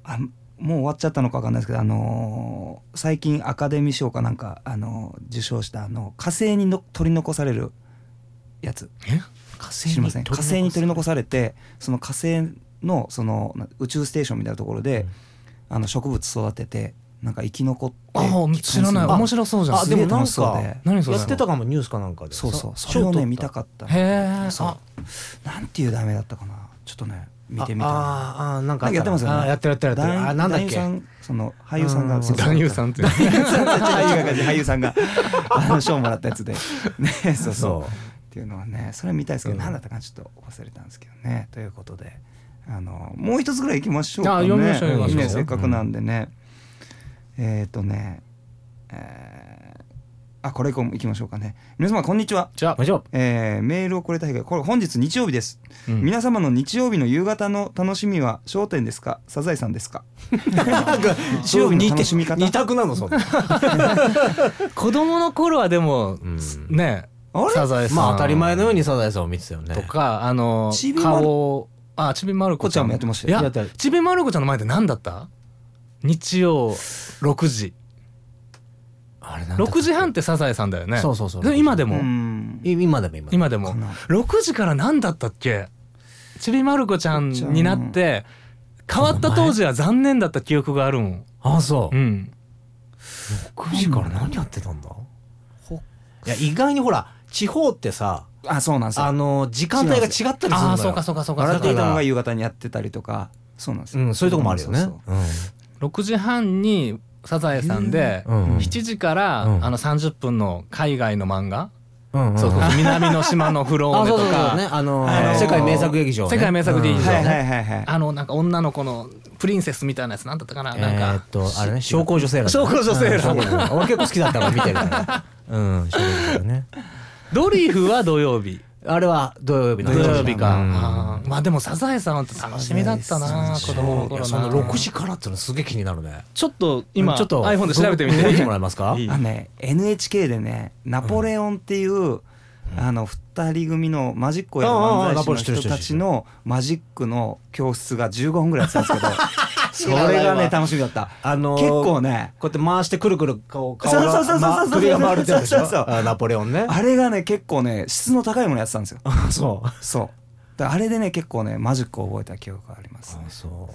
A: あもう終わっちゃったのか分かんないですけどあのー最近アカデミー賞かなんか、あのー受賞したあの火星にの取り残されるやつ
B: え
C: 火
A: 知りません火星に取り残されてその火星のそのな宇宙ステーションみたいなところで、
C: うん
A: あの植物育ててなんか生き残って
B: ああ知らない面白そうじゃん
C: あでもなん
A: すげえ楽しそう
C: か
A: で
B: 何それ
C: やってたかもニュースかなんかで
A: そうそう
C: さ
A: それを
C: 賞取
A: ね
C: った
A: 見たかった
B: へえ
A: そうなんていう題名だったかなちょっとね見てみたいな
C: ああーあーなんか
A: なんかやってますよね
C: あーやってるやってるやってる
A: 男
C: あなんだっ
A: 男優
C: け
A: さんその俳優さん
C: う
A: が
C: ん
A: そうそう
B: 男 優さんっていう
A: 俳優さん違う違う違う俳優さんがあの賞もらったやつでねそうそう
C: そう
A: っていうのはねそれは見たいですけど、
C: うん
A: 何だったかちょっと忘れたんですけどねということであのもう一つぐらい行きましょうかね
B: あ読みましょう読みましょう
A: ねせっかくなんでね、えっ、とねえーあこれ行こう行きましょうかね皆様こんにちは
B: じゃ
C: もちろん
A: えーメールをくれた日がこれ本日日曜日です、
B: うん
A: 皆様の日曜日の夕方の楽しみは『笑点』ですか『サザエさん』ですか日曜日の楽しみ方
C: 二択なのそんな
B: 子供の頃はでも
C: ん
B: ね
A: あれ
B: サザエさん
C: まあ当たり前のようにサザエさんを見てたよね
B: とかあの
A: ちびまる
B: 顔をあちびまる子
A: こっちゃんもやってました
B: い
A: よ
C: や
B: や
C: ってる
B: ちびまる子ちゃんの前って何だった日曜6時
C: あれなんだっけ
B: 6時半ってサザエさんだよね
C: そうそうそう
B: でも今でも、
A: うん
C: い今でも今でも
B: 今でも
A: かな
B: 6時から何だったっけちびまる子ちゃんになって変わった当時は残念だった記憶があるもん、
C: あそう
B: うん、
C: 9時から何やってたんだいや意外にほら地方ってさ
A: あそうなんですよ
C: あの時間帯が違ったりするんだよ
B: ああそうかそうかそうか
A: あ
B: そ
A: ら
B: う
A: てい
B: か
A: たのが夕方にやってたりとかそうなんです
C: う
A: よ、
C: んそういうとこもあるよね
A: そうそう
B: 6時半に「サザエさん」で
C: うんうん
B: 7時から、
C: うん
B: あの30分の海外の漫画、
C: うんうん
B: そうそう 南の島のフロー
C: あ
B: ネ
C: そ
B: と
C: うそうそう
B: か、
C: ねあの
A: あ
C: ー
A: のー
C: 世界名作劇場ね
B: 世界名作劇場
A: そうはいはいはいはい
B: あのなんか女の子のプリンセスみたいなやつなんだったかな、
C: え
B: なん
C: ー
B: か
C: っとあれね商工女性欄
B: 小公女性欄
C: うん小公女俺結構好きだったから見てるからうん小公女性欄ね
B: ドリフは土曜日
C: あれは土曜日
B: 土
C: の話
B: 曜日か、
C: うん
B: あーまあでも「サザエさん」って楽しみだったな
A: サ
B: 子
A: ザエさん
B: 供の
C: い
B: 頃
C: や
B: な
C: その6時からっていうのすげえ気になるね
B: ちょっと今
C: ちょっと
B: iPhone で調べてみ
C: 動いて
B: て
C: もらえますか
B: いい
A: あのね NHK でねナポレオンっていう、あの2人組のマジックをやる漫才師の人たちのマジックの教室が15分ぐらいやってたん ですけどそれがね楽しみだった
C: あのー
A: 結構ね
C: こうやって回してくるくる顔顔
A: そうそうそうそう
C: が、
A: そう
C: ま、首が回るってやつでし
A: そうそうそう
C: ょあナポレオンね
A: あれがね結構ね質の高いものやってたんですよ
C: そう
A: そうだからあれでね結構ねマジックを覚えた記憶があります
C: あそ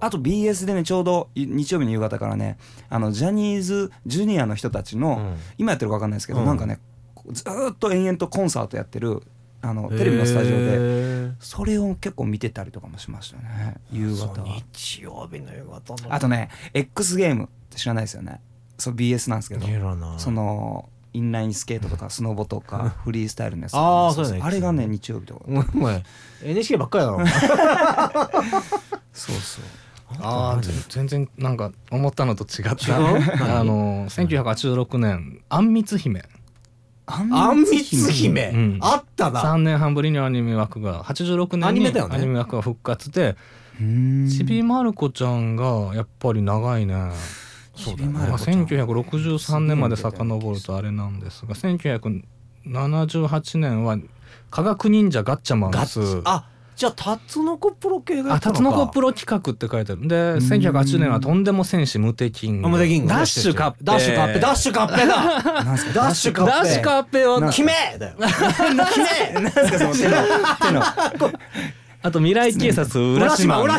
A: あと BS でねちょうどい日曜日の夕方からねあのジャニーズジュニアの人たちの、
C: うん
A: 今やってるか分かんないですけど、
C: うん
A: なんかねこうずーっと延々とコンサートやってるあのテレビのスタジオ
C: へ
A: で
C: ー
A: それを結構見てたりとかもしましたね夕
C: そう
A: 方は
C: 日曜日の夕方の
A: あとね X ゲームって知らないですよねそう BS なんですけど
C: 見えらない
A: そのインラインスケートとかスノボとかフリースタイルのやつ
C: あーそうだね
A: あれがね日曜日とか
C: お前 NHK ばっかりだろ
A: そうそう
B: あー全然なんか思ったのと違っ
C: 違う
B: た あの1986年「あんみつ姫
A: あん
C: あんみつ姫、
B: うん
C: あった」な
B: 3年半ぶりにアニメ枠が86
C: ア
B: 年
C: ニメだ
B: に
C: よね
B: アニメ枠が復活で
A: うーん
B: ちびまる子ちゃんがやっぱり長いね。
A: そうだ
B: ま
A: ね
B: あ1963年まで遡るとあれなんですが1978年は「科学忍者ガッチャマン
C: ガ
B: ス」
C: ッツあじゃあタツノコプロ系がや
B: あ
C: った
B: タ
C: のか
B: ツノコプロ企画って書いてあるで1980年は「とんでも戦士ムテキング」
C: あ無敵銀河
B: ダッシュカッペ
C: ダッシュカッペダッシュカッペだ
A: なんすか
C: ダッシュカッペ
B: ダッシュカッペを
C: 決めだよ決め
A: なんですかその手の手 の
B: あと未来警察浦
C: 浦島
B: 島
C: 浦島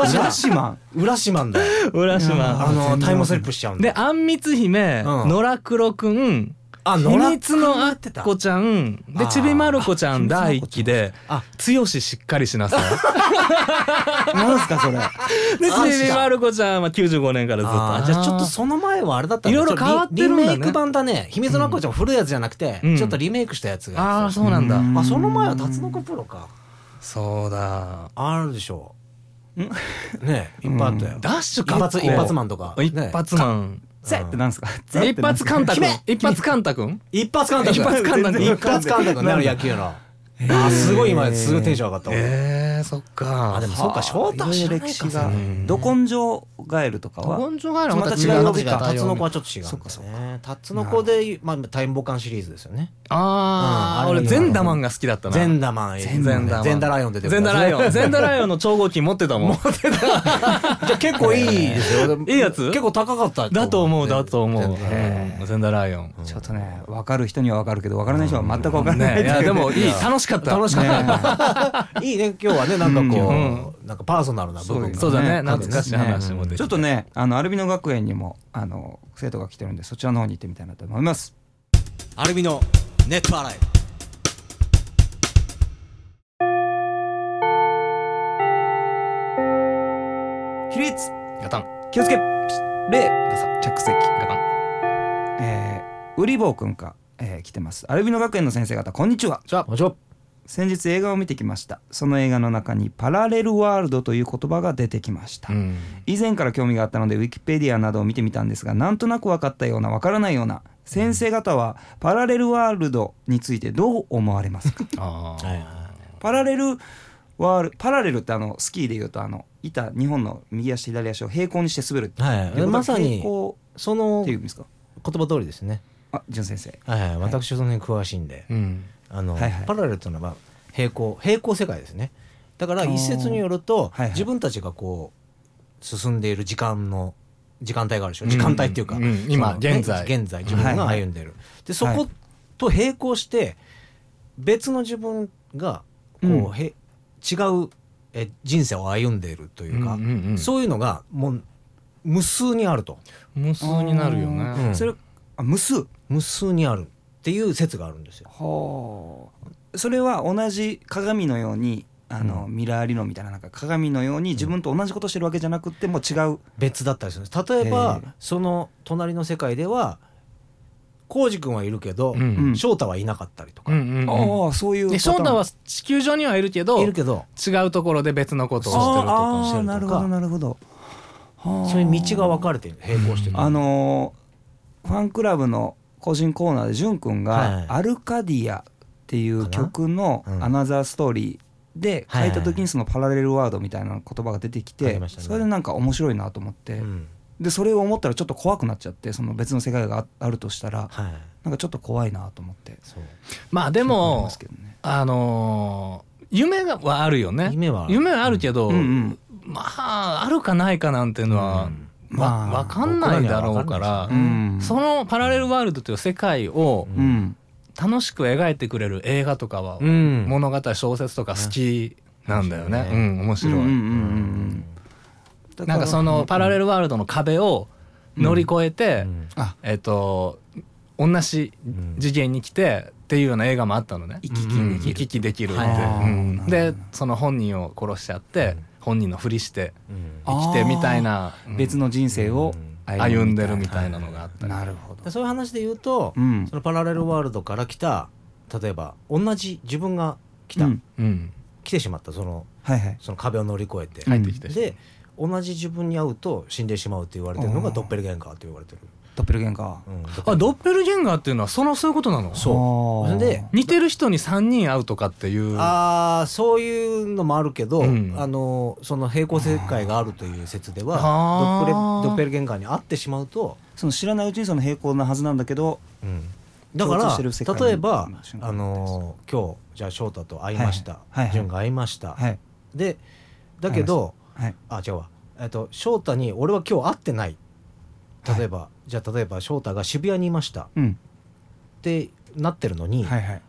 C: 浦島
A: ラシマン
C: 浦島だよ
B: 浦島
C: あのタイムスリップしちゃうんだ
B: で
C: よ
B: あんみつ姫
C: うん
B: 野良黒くん
C: あ
B: 秘密のあっ
C: ってた
B: こちゃん
C: あ
B: で
C: ー
B: ちびまる子ちゃん第一期で
C: あ
B: 「剛しっかりし なさい」
A: なんすかそれ
B: で
C: あ
B: ちびまる子ちゃんは95年からずっと
C: あーじゃあちょっとその前はあれだったん
B: い
C: だ
B: ろいろ変わってるんだね
C: リリメイク版だね秘密のあっこちゃん古いやつじゃなくて、
B: うん
C: ちょっとリメイクしたやつが
B: ああそうなんだ
A: うん
C: あその前はタツノコプロか
B: そうだ
C: あるでしょうねえいっぱいあったよ、
B: ダッシュ
C: 一発一発マンとか、
B: 一発マン
A: ゼってなんすかゼっ
B: 一
A: てなん
B: 発
A: す
B: カ
A: か
B: ン タ君
C: 決
B: 一発カンタ君
C: 一発感覚
B: 一発感覚
C: 一発感覚になる野球のあーすごい今すごいテンション上がったわ、
B: えーそっか
C: あでもそうか翔太は知らないか
A: 歴史が
B: うん
A: ど根性ガエルとかは
B: 根性がある
A: ま
B: ま
A: た
B: た
A: 違
B: 違
A: う
B: う
A: わ
B: わ
A: け
B: け
A: か
B: か
C: タツノコはちょっと違うんだ、ね、
A: そっかそっ
C: タツノコで、まあ、タイムボカンシリーズですよね
B: ああ
C: うんあ
B: 俺
C: れ
B: ゼンダマンが好きだったな
C: ゼンダマン
B: ゼンダマン
C: ゼンダライオン出て
B: ゼンダライオンゼンダ
C: イ
B: ライオンの超合金持ってたもん
C: オンじゃあ結構いいですよ
B: いいやつ
C: 結構高かった
B: だと思うだと思う
C: ゼンダライオン
B: うんゼンダライオン
A: ちょっとね分かる人には分かるけど分からない人は全く分からない
B: ねいやでもいい
C: や
B: 楽しかった
C: 楽しかった、いいね今日はねなんかこう、なんかパーソナルな部分が、
B: そうだ
A: ね
B: ね懐かしい話もできて
A: ちょっとねあのアルビノ学園にもあの生徒が来てるんでそちらの方に行ってみたいなと思います
C: アルミのネット洗い
A: 比率
B: ガタン
A: 気をつけ例
B: ガサ
A: 着席
B: ガタン
A: えーウリボーくんか、えー来てますアルビノ学園の先生方こんにちは
B: じゃあ
C: もちろん
A: 先日映画を見てきましたその映画の中にパラレルワールドという言葉が出てきました、
B: うん
A: 以前から興味があったのでウィキペディアなどを見てみたんですがなんとなく分かったような分からないような先生方はパラレルワールドについてどう思われますか
B: あー
A: パラレルワールパラレルってあのスキーでいうとあの板2本の右足と左足を平行にして滑るって
C: はい
A: いうこと
C: まさに
A: 平行
C: その
A: っていうん
C: 言
A: ですか
C: 葉通りですね
A: あ淳先生
C: はいはい私その辺詳しいんで、
B: うん
C: あの
A: はいはい
C: パラレルというのは平行平行世界ですねだから一説によると、
A: ーはいはい
C: 自分たちがこう進んでいる時間の時間帯があるでしょ時間帯っていうか、
B: うんうん今
C: そのね
B: 現在
C: 現在自分が歩んでいる、でそ
A: はい
C: こと並行して別の自分がこう、
A: うん
C: へ違うえ人生を歩んでいるというか、
B: うんうんうん
C: そういうのがもう無数にあると
B: 無数になるよ
A: あ
B: ね
A: ーそれあ無数
C: 無数にあるっていう説があるんですよ。
A: はあそれは同じ鏡のようにあの、ミラー理論みたいななんか鏡のように自分と同じことしてるわけじゃなくってもう違う、
C: 別だったりするんです例えば、その隣の世界では浩二君はいるけど、
B: うん
A: うん
C: 翔太はいなかったりとか、
B: うんうんうん
A: ああそういう
B: で
A: パター
B: 翔
A: ン
B: 太は地球上にはいるけど
C: いるけど
B: 違うところで別のことをしてると
A: あ
B: か
A: あ
B: してる
A: なる
B: と
A: ほど
B: か
A: なるほど、はあ
C: そういう道が分かれてる並行してる、
A: あのーファンクラブの個人コーナーで潤くんが、
C: はい
A: アルカディア」っていう曲の「
C: かなうん
A: アナザーストーリー」で書いた
C: はいはい
A: 時
C: は
A: にそのパラレルワードみたいな言葉が出てき
C: あり
A: て
C: ましたね
A: それでなんか面白いなと思って
C: うん
A: ででそれを思ったらちょっと怖くなっちゃってその別の世界がああるとしたら
C: はい
A: なんかちょっと怖いなと思って
C: そう
B: まあで
A: 思い
B: も
A: ますけどね
B: あのー夢がはあるよね
C: 夢はある
B: あるけど、
A: うんうん
B: まああるかないかなんていうのは、
C: うん
B: ま
A: まあ
B: 分かんないだろうから
A: う、ん
B: そのパラレルワールドという世界を
C: うん
A: うん
B: 楽しく描いてくれる映画とかは、
C: うん
B: 物語小説とか好きなんだよね、
C: う
B: うんん、面白い、
A: うんうんうんうん
B: なんかそのパラレ
A: ル
B: ルワールドの壁を乗り越えて、
C: うん
A: あ
B: えっ、と同じ
C: うん
B: 次元に来てっていうような映画もあったのね
A: 行き来
B: うん
A: でき
B: 行
A: る
B: き来できるって、
C: はい
B: うん
A: あーなる
B: で
A: ほど
B: その本人を殺しちゃって、
C: うん
B: 本人のふりして
C: うん
A: あ
B: 生きてみたいな、うん
A: 別の人生を
B: 歩んでる
A: み
B: み
A: たい
B: たいなのがあったり、
A: ななるほど
C: でそういう話で言うと、
A: うん
C: そのパラレルワールドから来た例えば同じ自分が来た、
A: うん
B: うん、
C: 来てしまったその
A: はいはい
C: その壁を乗り越えて、
A: は
B: 帰
A: い
B: ってきて、
C: で同じ自分に会うと死んでしまうって言われてるのがドッペルゲンガーって言われてる、
A: ドッペルゲンガ
C: うん
B: あドッペルゲンガーっていうのはそのそういうことなの
A: ー
C: そう
A: あー
C: それで
B: 似てる人に3人会うとかっていう
C: あーそういうのもあるけど、
B: うん
C: あのその平行世界があるという説では
B: あー
C: ドッペルドッペルゲンガーに会ってしまうと、
A: その知らないうちにその平行なはずなんだけど
C: だか
A: 共通してる世界
C: ら
A: に
C: 例えば
A: うん瞬間
C: あの今日じゃあ翔太と会いました
A: はいはいはい
C: 潤、が会いました、
A: はい
C: でだけど
A: はい
C: あ違うわ、えっと、翔太に俺は今日会ってない例えば、じゃあ例えば翔太が渋谷にいましたっ
A: うん
C: てなってるのに、
A: はいはい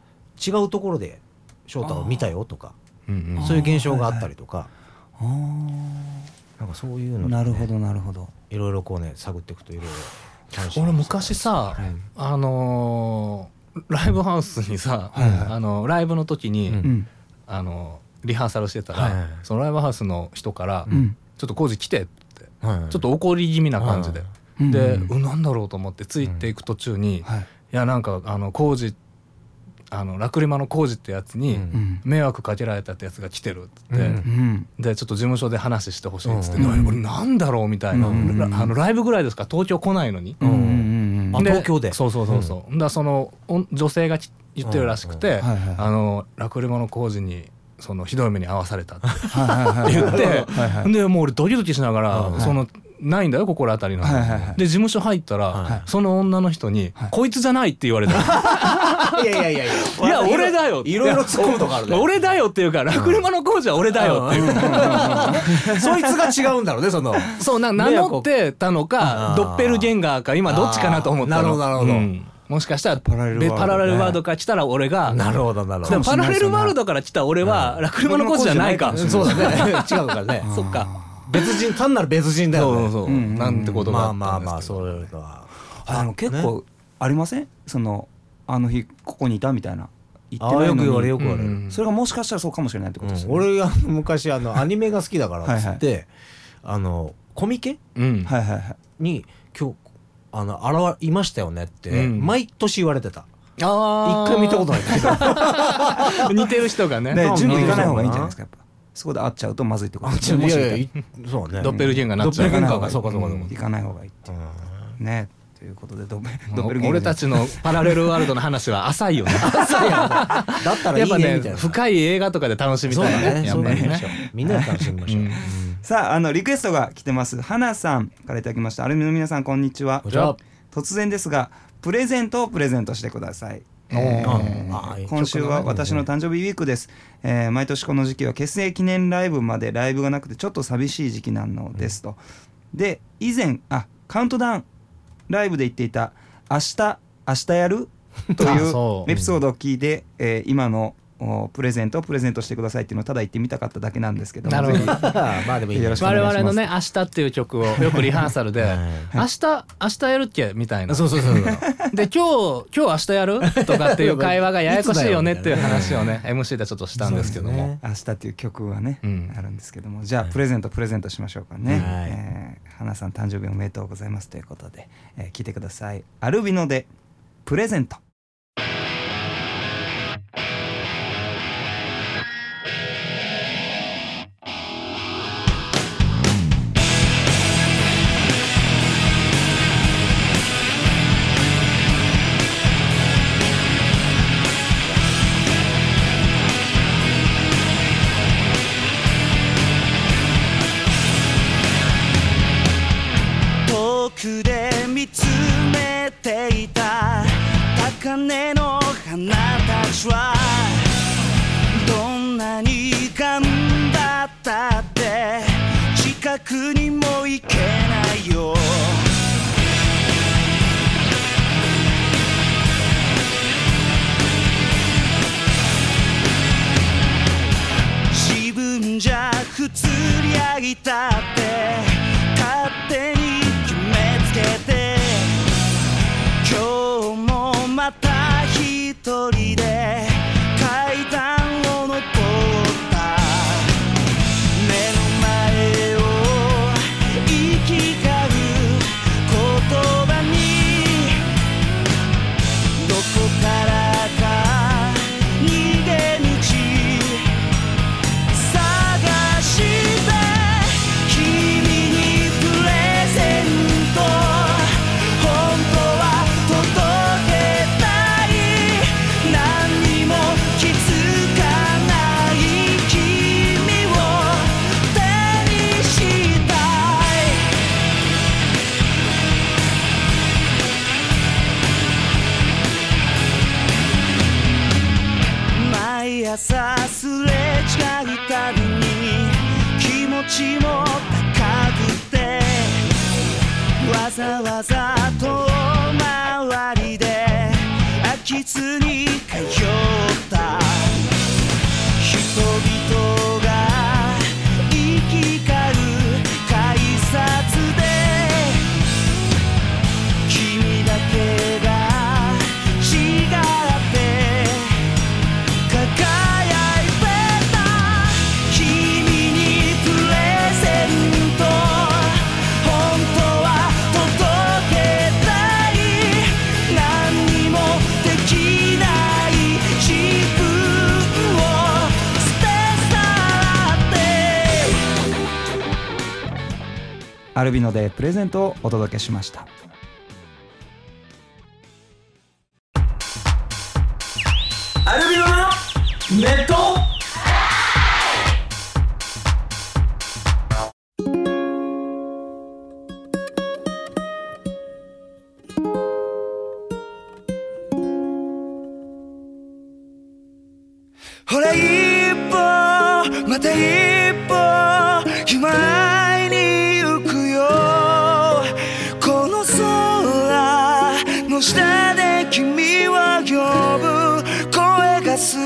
C: 違うところで翔太を見たよとか
B: うんうん
C: そういう現象があったりとか
A: あー
C: なんかそういうの
A: なるほどなるほど
C: いろいろこうね探っていくといろいろ
B: 俺昔さ、あのーライブハウスにさ、
A: はいはい
B: あのライブの時に、
C: うん
A: うん
B: あのリハーサルしてたら、
C: はいはい
B: そのライブハウスの人から「
A: う
B: ちょ
A: ん
B: っと工事来て」って、ち
C: ち
B: ょっと怒り気味な感じで、で、
A: うん
B: うん、なんだろうと思ってついていく途中に、い
A: はい
B: やなんかあの工事あのラクリマの工事ってやつに、
C: うん
A: うん
B: 迷惑かけられたってやつが来てるっつって、
C: うん
A: うん
B: でちょっと事務所で話してほしいっつって「
C: うん
B: なにこれなんだろう?」みたいな、
A: うん
B: らあのライブぐらいですから東京来ないのに。
A: うんうんうん
C: あ
A: うん
B: で
C: 東京で
B: そうそうそうそう、だからそのおん女性がき言ってるらしくて、
A: うんはいはい
B: あのラクレマの工事にそのひどい目に遭わされたって
A: はいはいはい
B: 言って、
A: はいはい
B: でもう俺ドキドキしながら、
C: うん
B: そのないんだよ心当たりの、
A: はいはいはい
B: で事務所入ったら、
C: はい
B: その女の人に、
A: はい
B: こいつじゃない」って言われた、
C: いやいやいやいや
B: い、や俺だよ」
C: いろいろ突っ込むとこあるね
B: 俺だよっていうか、ラクレマの工事は俺だよっていう、
C: そいつが違うんだろうねその
B: そうな名乗ってたの
C: あ
B: か
C: ー
B: ドッペルゲンガーか今どっちかなと思ったの
C: あーなるほどなるほど
B: うんもしかしたら
A: パラレルワールドね
B: べパラレルワールドから来たら俺が
C: なるほどなるほ
B: で
C: ど
B: もパラレルワールドから来た俺はラクレマのコーチじゃないか。
A: 僕のコーチじゃないかもしれない
C: そうだね違うからね
B: そっか。
C: 別人単なる別人だよね
B: そうそうそう。
A: うん
B: なんてことが
C: ま
B: あ
C: あ
B: ったん
C: まあ
B: で
C: まあ
B: すけ
C: そ
B: ど。
C: れは
A: あの結
C: ね
A: 構ありませんそのあの日ここにいたみたいな言って
C: あ
A: ないの
C: あよ
A: に
C: く言われるよく言われ
B: う
C: る
B: ん
A: それがもしかしたらそうかもしれないってことですよね
C: 俺が昔あのアニメが好きだからっつっ
A: は
C: てあのコミケ
B: うん。
A: はいはいはい
C: に今日あの現れいましたよねって
B: うん
C: 毎年言われてた
B: あ
C: 一回見たことない
B: と 似てる人がね。
A: で
C: なん
A: 準備行かない
C: よ
A: 方がいいんじゃないですかやっぱそこで会っちゃうとまずいってこと
C: あ
A: です
C: ち
A: よ
C: ょ
A: ね
C: い
A: もし
C: や
A: 行
C: い
A: っ
C: や
A: たら
C: いそうね
B: ドッペルゲンガーになっちゃう
C: ドッペルゲンガー
A: 行
C: がそうかそうかそうか
A: 行かない方がいいってねということでドッペドッペルゲンガー
B: 俺たちのパラレルワールドの話は浅いよね。
C: だったらい
B: やっ
C: い
B: ぱ
C: ねみたい
B: ね、
C: な
B: 深い映画とかで楽しみ
C: そう
B: た
C: だ
B: いね。
C: ね
B: や
C: そ
B: っ
C: う
B: ぱ
C: だ
B: り
C: ね
B: ね。
C: みんなで楽しみましょう
B: うん
A: さああのリクエストが来てます花さんからいただきましたアルミの皆さんこんにちは
C: こんにちは
A: 突然ですがプレゼントをプレゼントしてください
B: おー
A: え
C: あー
A: ー今週は私の誕生日ウィークです、えー毎年この時期は結成記念ライブまでライブがなくてちょっと寂しい時期なのですと、で以前あカウントダウンライブで言っていた「明日明日やる?」と
B: あ
A: い
B: そう
A: うエピソードを聞いて、えー今のおプレゼントをプレゼントしてくださいっていうのをただ言ってみたかっただけなんですけども
B: なるほ
A: ぜ
B: ど
A: ひ
C: まあでもいいね
A: よろしくお願
B: 我
A: いします
B: 々のね「明日」っていう曲をよくリハーサルで
C: はい
B: 「明日明日やるっけ?」みたいな
C: そうそうそうそう
B: で今日今日明日やるとかっていう会話がややこしいよねっていう話をね MC でちょっとしたんですけど
C: そうで
B: も
C: すね
A: 明日っていう曲はね、
B: うん
A: あるんですけどもじゃあプレゼントプレゼントしましょうかね、
C: はい
A: えー花さん誕生日おめでとうございますということで、えー聞いてくださいアルビノでプレゼント
D: 「遠くにも行けないよ自分じゃ普通にありたって勝手に決めつけて今日もまた一人で階段を登った目の前を行き交う言葉にどこからか逃げ道探して君にプレゼント本当は届けたい何にも気づかない君を手にしたい毎朝すれ違うたびに気持ちも高くてわざわざ遠回りで飽きずに通った人々が行き交う改札で君だけが違って輝いてた君にプレゼント本当は届けたい何にもできない自分を捨て去って
A: アルビノでプレゼントをお届けしました
D: ほら一歩また一歩前に行くよこの空の下で君は呼ぶ声がする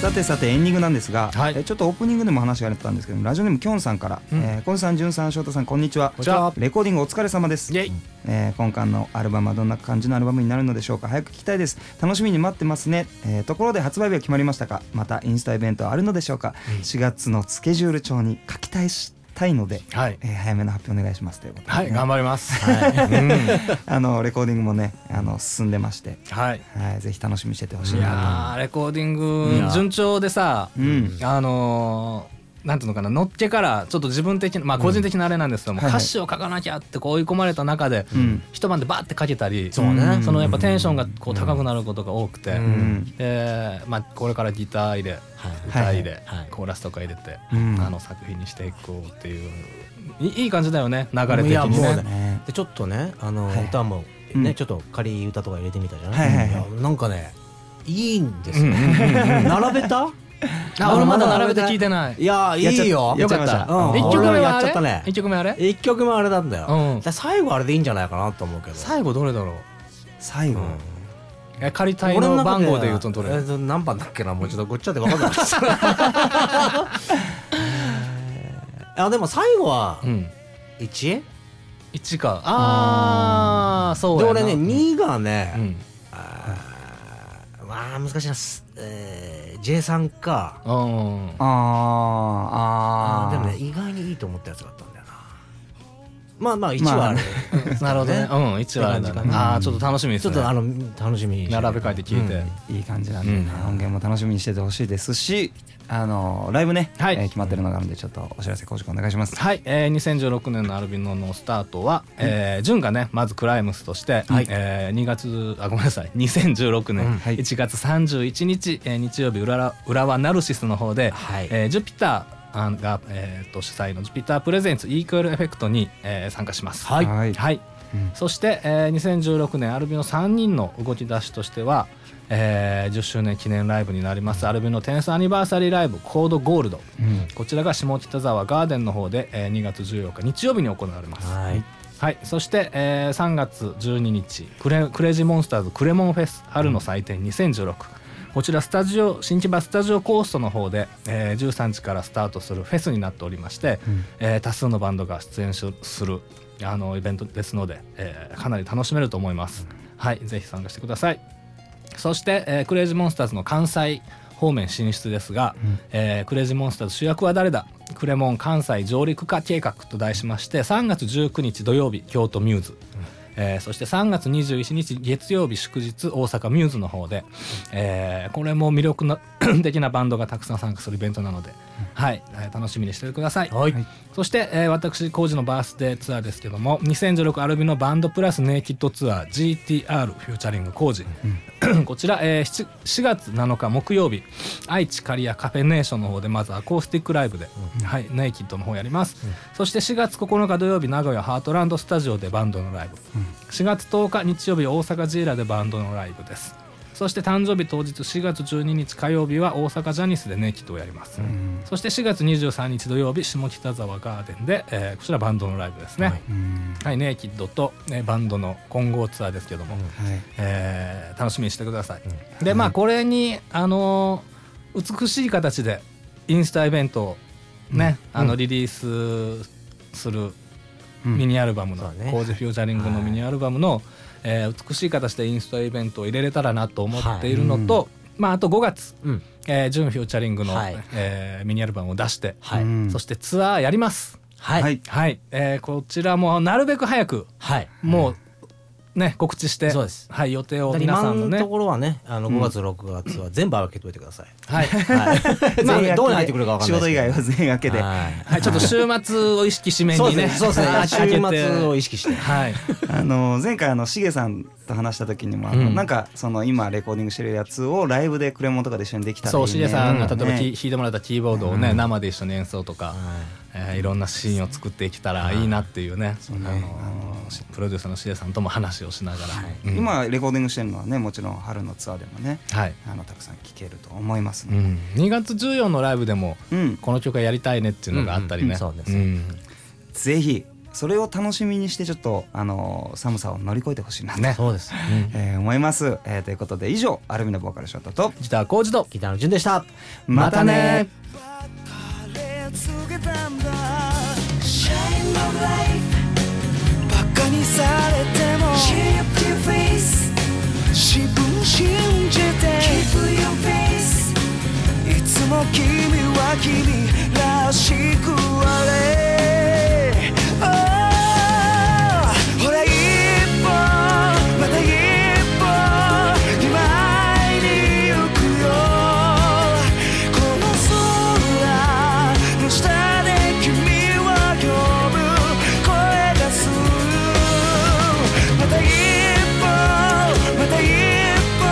A: さてさてエンディングなんですが、
B: はい
A: えちょっとオープニングでも話が出てたんですけどもラジオネームきょんさんから、
B: うん
A: えーコンさん、じゅんさん、しょうたさんこんにちは
C: んにちは
A: レコーディングお疲れ様です
B: イェイ
A: えー今回のアルバムはどんな感じのアルバムになるのでしょうか早く聞きたいです楽しみに待ってますね、えーところで発売日は決まりましたかまたインスタイベントはあるのでしょうか、4月のスケジュール帳に書きたいしたいので、
B: はい
A: えー早めの発表お願いしますということで、
B: はい頑張ります
A: あのレコーディングもねあの進んでまして、
B: はい
A: はい、ぜひ楽しみにしててほしい
B: い
A: な
B: やーレコーディン
C: いや
B: グ
C: ー
B: 順調でさ
A: とうん
B: あのーなんていうのかな乗っけからちょっと自分的なまあ個人的なあれなんですけども、
A: はいはい
B: 歌詞を書かなきゃってこう追い込まれた中で、
A: うん
B: 一晩でバーって書けたり
A: そうね
B: そのやっぱテンションがこう高くなることが多くて、
C: う
A: うんん
B: でまあ、これからギター入れ歌入れ、
C: はい
B: コーラスとか入れて、
A: うん
B: あの作品にしていこうっていういいい感じだよね流れ的
C: いや
B: に
C: も
B: ね
C: う。
A: ね
C: でちょっとねあの、
A: はい
C: 歌も
A: う
C: ね、
A: ん
C: ちょっと仮歌とか入れてみたじゃない,、
A: はいはいはい
C: やなんかねいいんです
B: うん
C: よ、
B: うんうん
C: 並べた
B: あ俺まだ並べて聞いてない。
C: いやいいよ
A: や
B: よ
A: っちゃいま
B: かっ
A: した
B: た。
A: うん
B: 一曲目
C: 俺も
B: はあ
C: やっちゃ
B: れ
C: ったね
B: 一曲目あれ
C: 一曲目あれなんだよ、
B: うん
C: だから最後あれでいいんじゃないかなと思うけど
B: 最後どれだろう
A: 最後、
B: え仮帯の番号で言うとど
C: え
B: れ
C: ーと何番だっけなもうちょっとごっちゃで分かんなかった あでも最後は
B: うん
C: 1、
B: 1かああそう
C: で
B: やな
C: 俺ね2がね、
B: うん
C: あーまあ難しいな、すえー、J さんか
B: うん
A: あああー
C: でもね意外にいいと思ったやつだったんだよなまあまあ1
A: ま
C: は
A: あ
C: ある、
B: なるほどね
C: ね
B: うん1はあれだ
C: っ
B: ね
C: て感じかな
B: ああちょっと楽しみです
C: ちょっ
B: ね
C: とあの楽しみにしてる
B: 並べ替えて聞いて
A: いい感じなんでね、音源も楽しみにしててほしいですしあのライブね、
B: はい
A: えー決まってるのがあるんでちょっとお知らせ浩司君お願いします。
B: はい、えー、2016年のアルビノのスタートは、えー、潤がねまずクライムスとして、えー、2月あごめんなさい2016
A: うん
B: 年
A: はい
B: 1月31日、えー日曜日浦和浦和ナルシスの方で、
C: はい
B: えージュピターあが、えー、と主催のジュピタープレゼンツイークールエフェクトに、えー参加します。
A: はいはい
B: そして、えー、2016年アルビノ3人の動き出しとしては、えー10周年記念ライブになりますアルビのテンスアニバーサリーライブコードゴールド、こちらが下北沢ガーデンの方で、えー2月14日日曜日に行われます
C: はい
B: はい、そして、えー3月12日クレクレイジーモンスターズクレモンフェス春の祭典2016、こちらスタジオ新木場スタジオコーストの方で、えー13時からスタートするフェスになっておりまして、えー多数のバンドが出演しするあのイベントですので、えーかなり楽しめると思います、はいぜひ参加してくださいそして、えークレイジーモンスターズの関西方面進出ですが、えークレイジーモンスターズ主役は誰だクレモン関西上陸化計画と題しまして3月19日土曜日京都ミューズ、えーそして3月21日月曜日祝日大阪ミューズの方で、えーこれも魅力な 的なバンドがたくさん参加するイベントなので、はい、えー楽しみにしててください、
C: はい
B: そして、えー私浩二のバースデーツアーですけども2016アルビのバンドプラスネイキッドツアー GTR フューチャリング浩二、 こちら、えー、7, 4月7日木曜日愛知刈谷カフェネーションの方でまずアコースティックライブで、はい、ネイキッドの方やります、そして4月9日土曜日名古屋ハートランドスタジオでバンドのライブ、4月10日日曜日大阪ジーラでバンドのライブですそして誕生日当日4月12日火曜日は大阪ジャニスでネイキッドをやります、そして4月23日土曜日下北沢ガーデンで、えーこちらバンドのライブですね、はいネイキッドと、ねバンドの混合ツアーですけども、
A: はい
B: えー楽しみにしてください、でまあこれにあのー美しい形でインスタイベントをね、あのリリースするミニアルバムの
C: そう
B: 「
C: だね
B: コージフューチャリング」のミニアルバムの、えー美しい形でインスタイベントを入れれたらなと思っているのと、まあ、あと5月、
C: うん
B: えー、ジュンフューチャリングの、
C: はい
B: えーミニアルバムを出して、
C: はい
A: うん
B: そしてツアーやります。
C: はい
A: はい
B: はい、えーこちらもなるべく早く
C: はい
B: もうね告知して、
C: そうです
B: はい予定を皆
C: 今
B: さんの
C: の
B: ね
C: ところはねあの5月6月は全部開けといてください
B: はい、
C: はい
A: 全員
C: 全
A: 明け
C: 部
A: で
C: どうなってくるかわかんない
A: 仕事以外
C: は
A: は全員明けで
C: はい
B: はい、ちょっと週末を意識しめ
C: そう
B: に
C: で
B: ね、
C: すねそうですね
B: はい
C: 週
B: 開けて
C: 末を意識して
B: はい、
A: あの前回あのしげさんと話した時にもあの、
B: うん
A: なんかその今レコーディングしてるやつをライブでクレモンとかで一緒にできたらいい
B: そ
A: ね
B: うしげさんが例えば
A: ね
B: き弾いてもらったキーボードをね、生で一緒に演奏とか、えーいろんなシーンを作っていけたらいいなっていうね、あのしプロデューサーのしげさんとも話をしながら、うん
A: 今レコーディングしてるのはねもちろん春のツアーでもね
B: はい、
A: あのたくさん聴けると思います
B: う
A: ね、
B: ん、2月14のライブでも、
A: うん
B: この曲はやりたいねっていうのがあったりね、
C: うんうんそうです
B: ん
A: ぜひそれを楽しみにしてちょっとあの寒さを乗り越えてほしいなと、
B: ね
C: そう です
A: えー思います、えーということで以上アルミのボーカルショットと
B: ギター工事と
C: ギターの順でした
A: またね
D: れ告げたんだ Shine my life バカにされても Shape your face 自分信じて Keep your face いつも君は君らしくあれ Oh ほら一歩また一歩今に行くよこの空の下で君を呼ぶ声がするまた一歩また一歩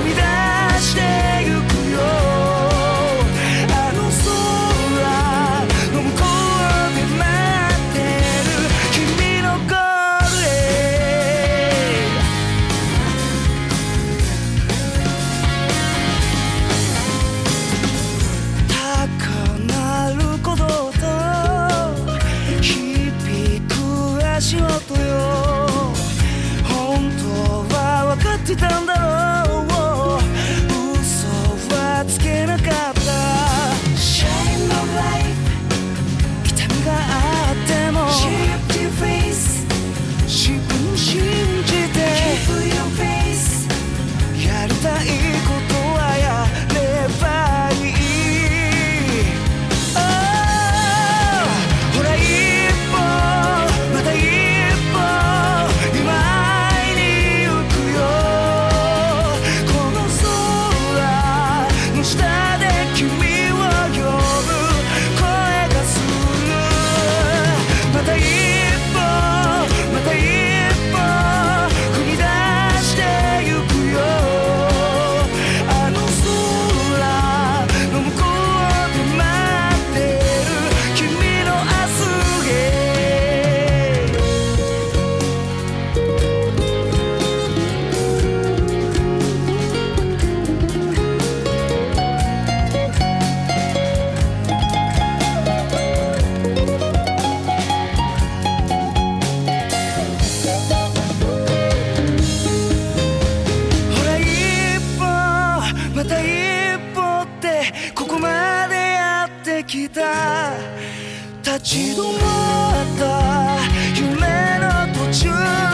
D: 踏みまた一歩ってここまでやってきた立ち止まった夢の途中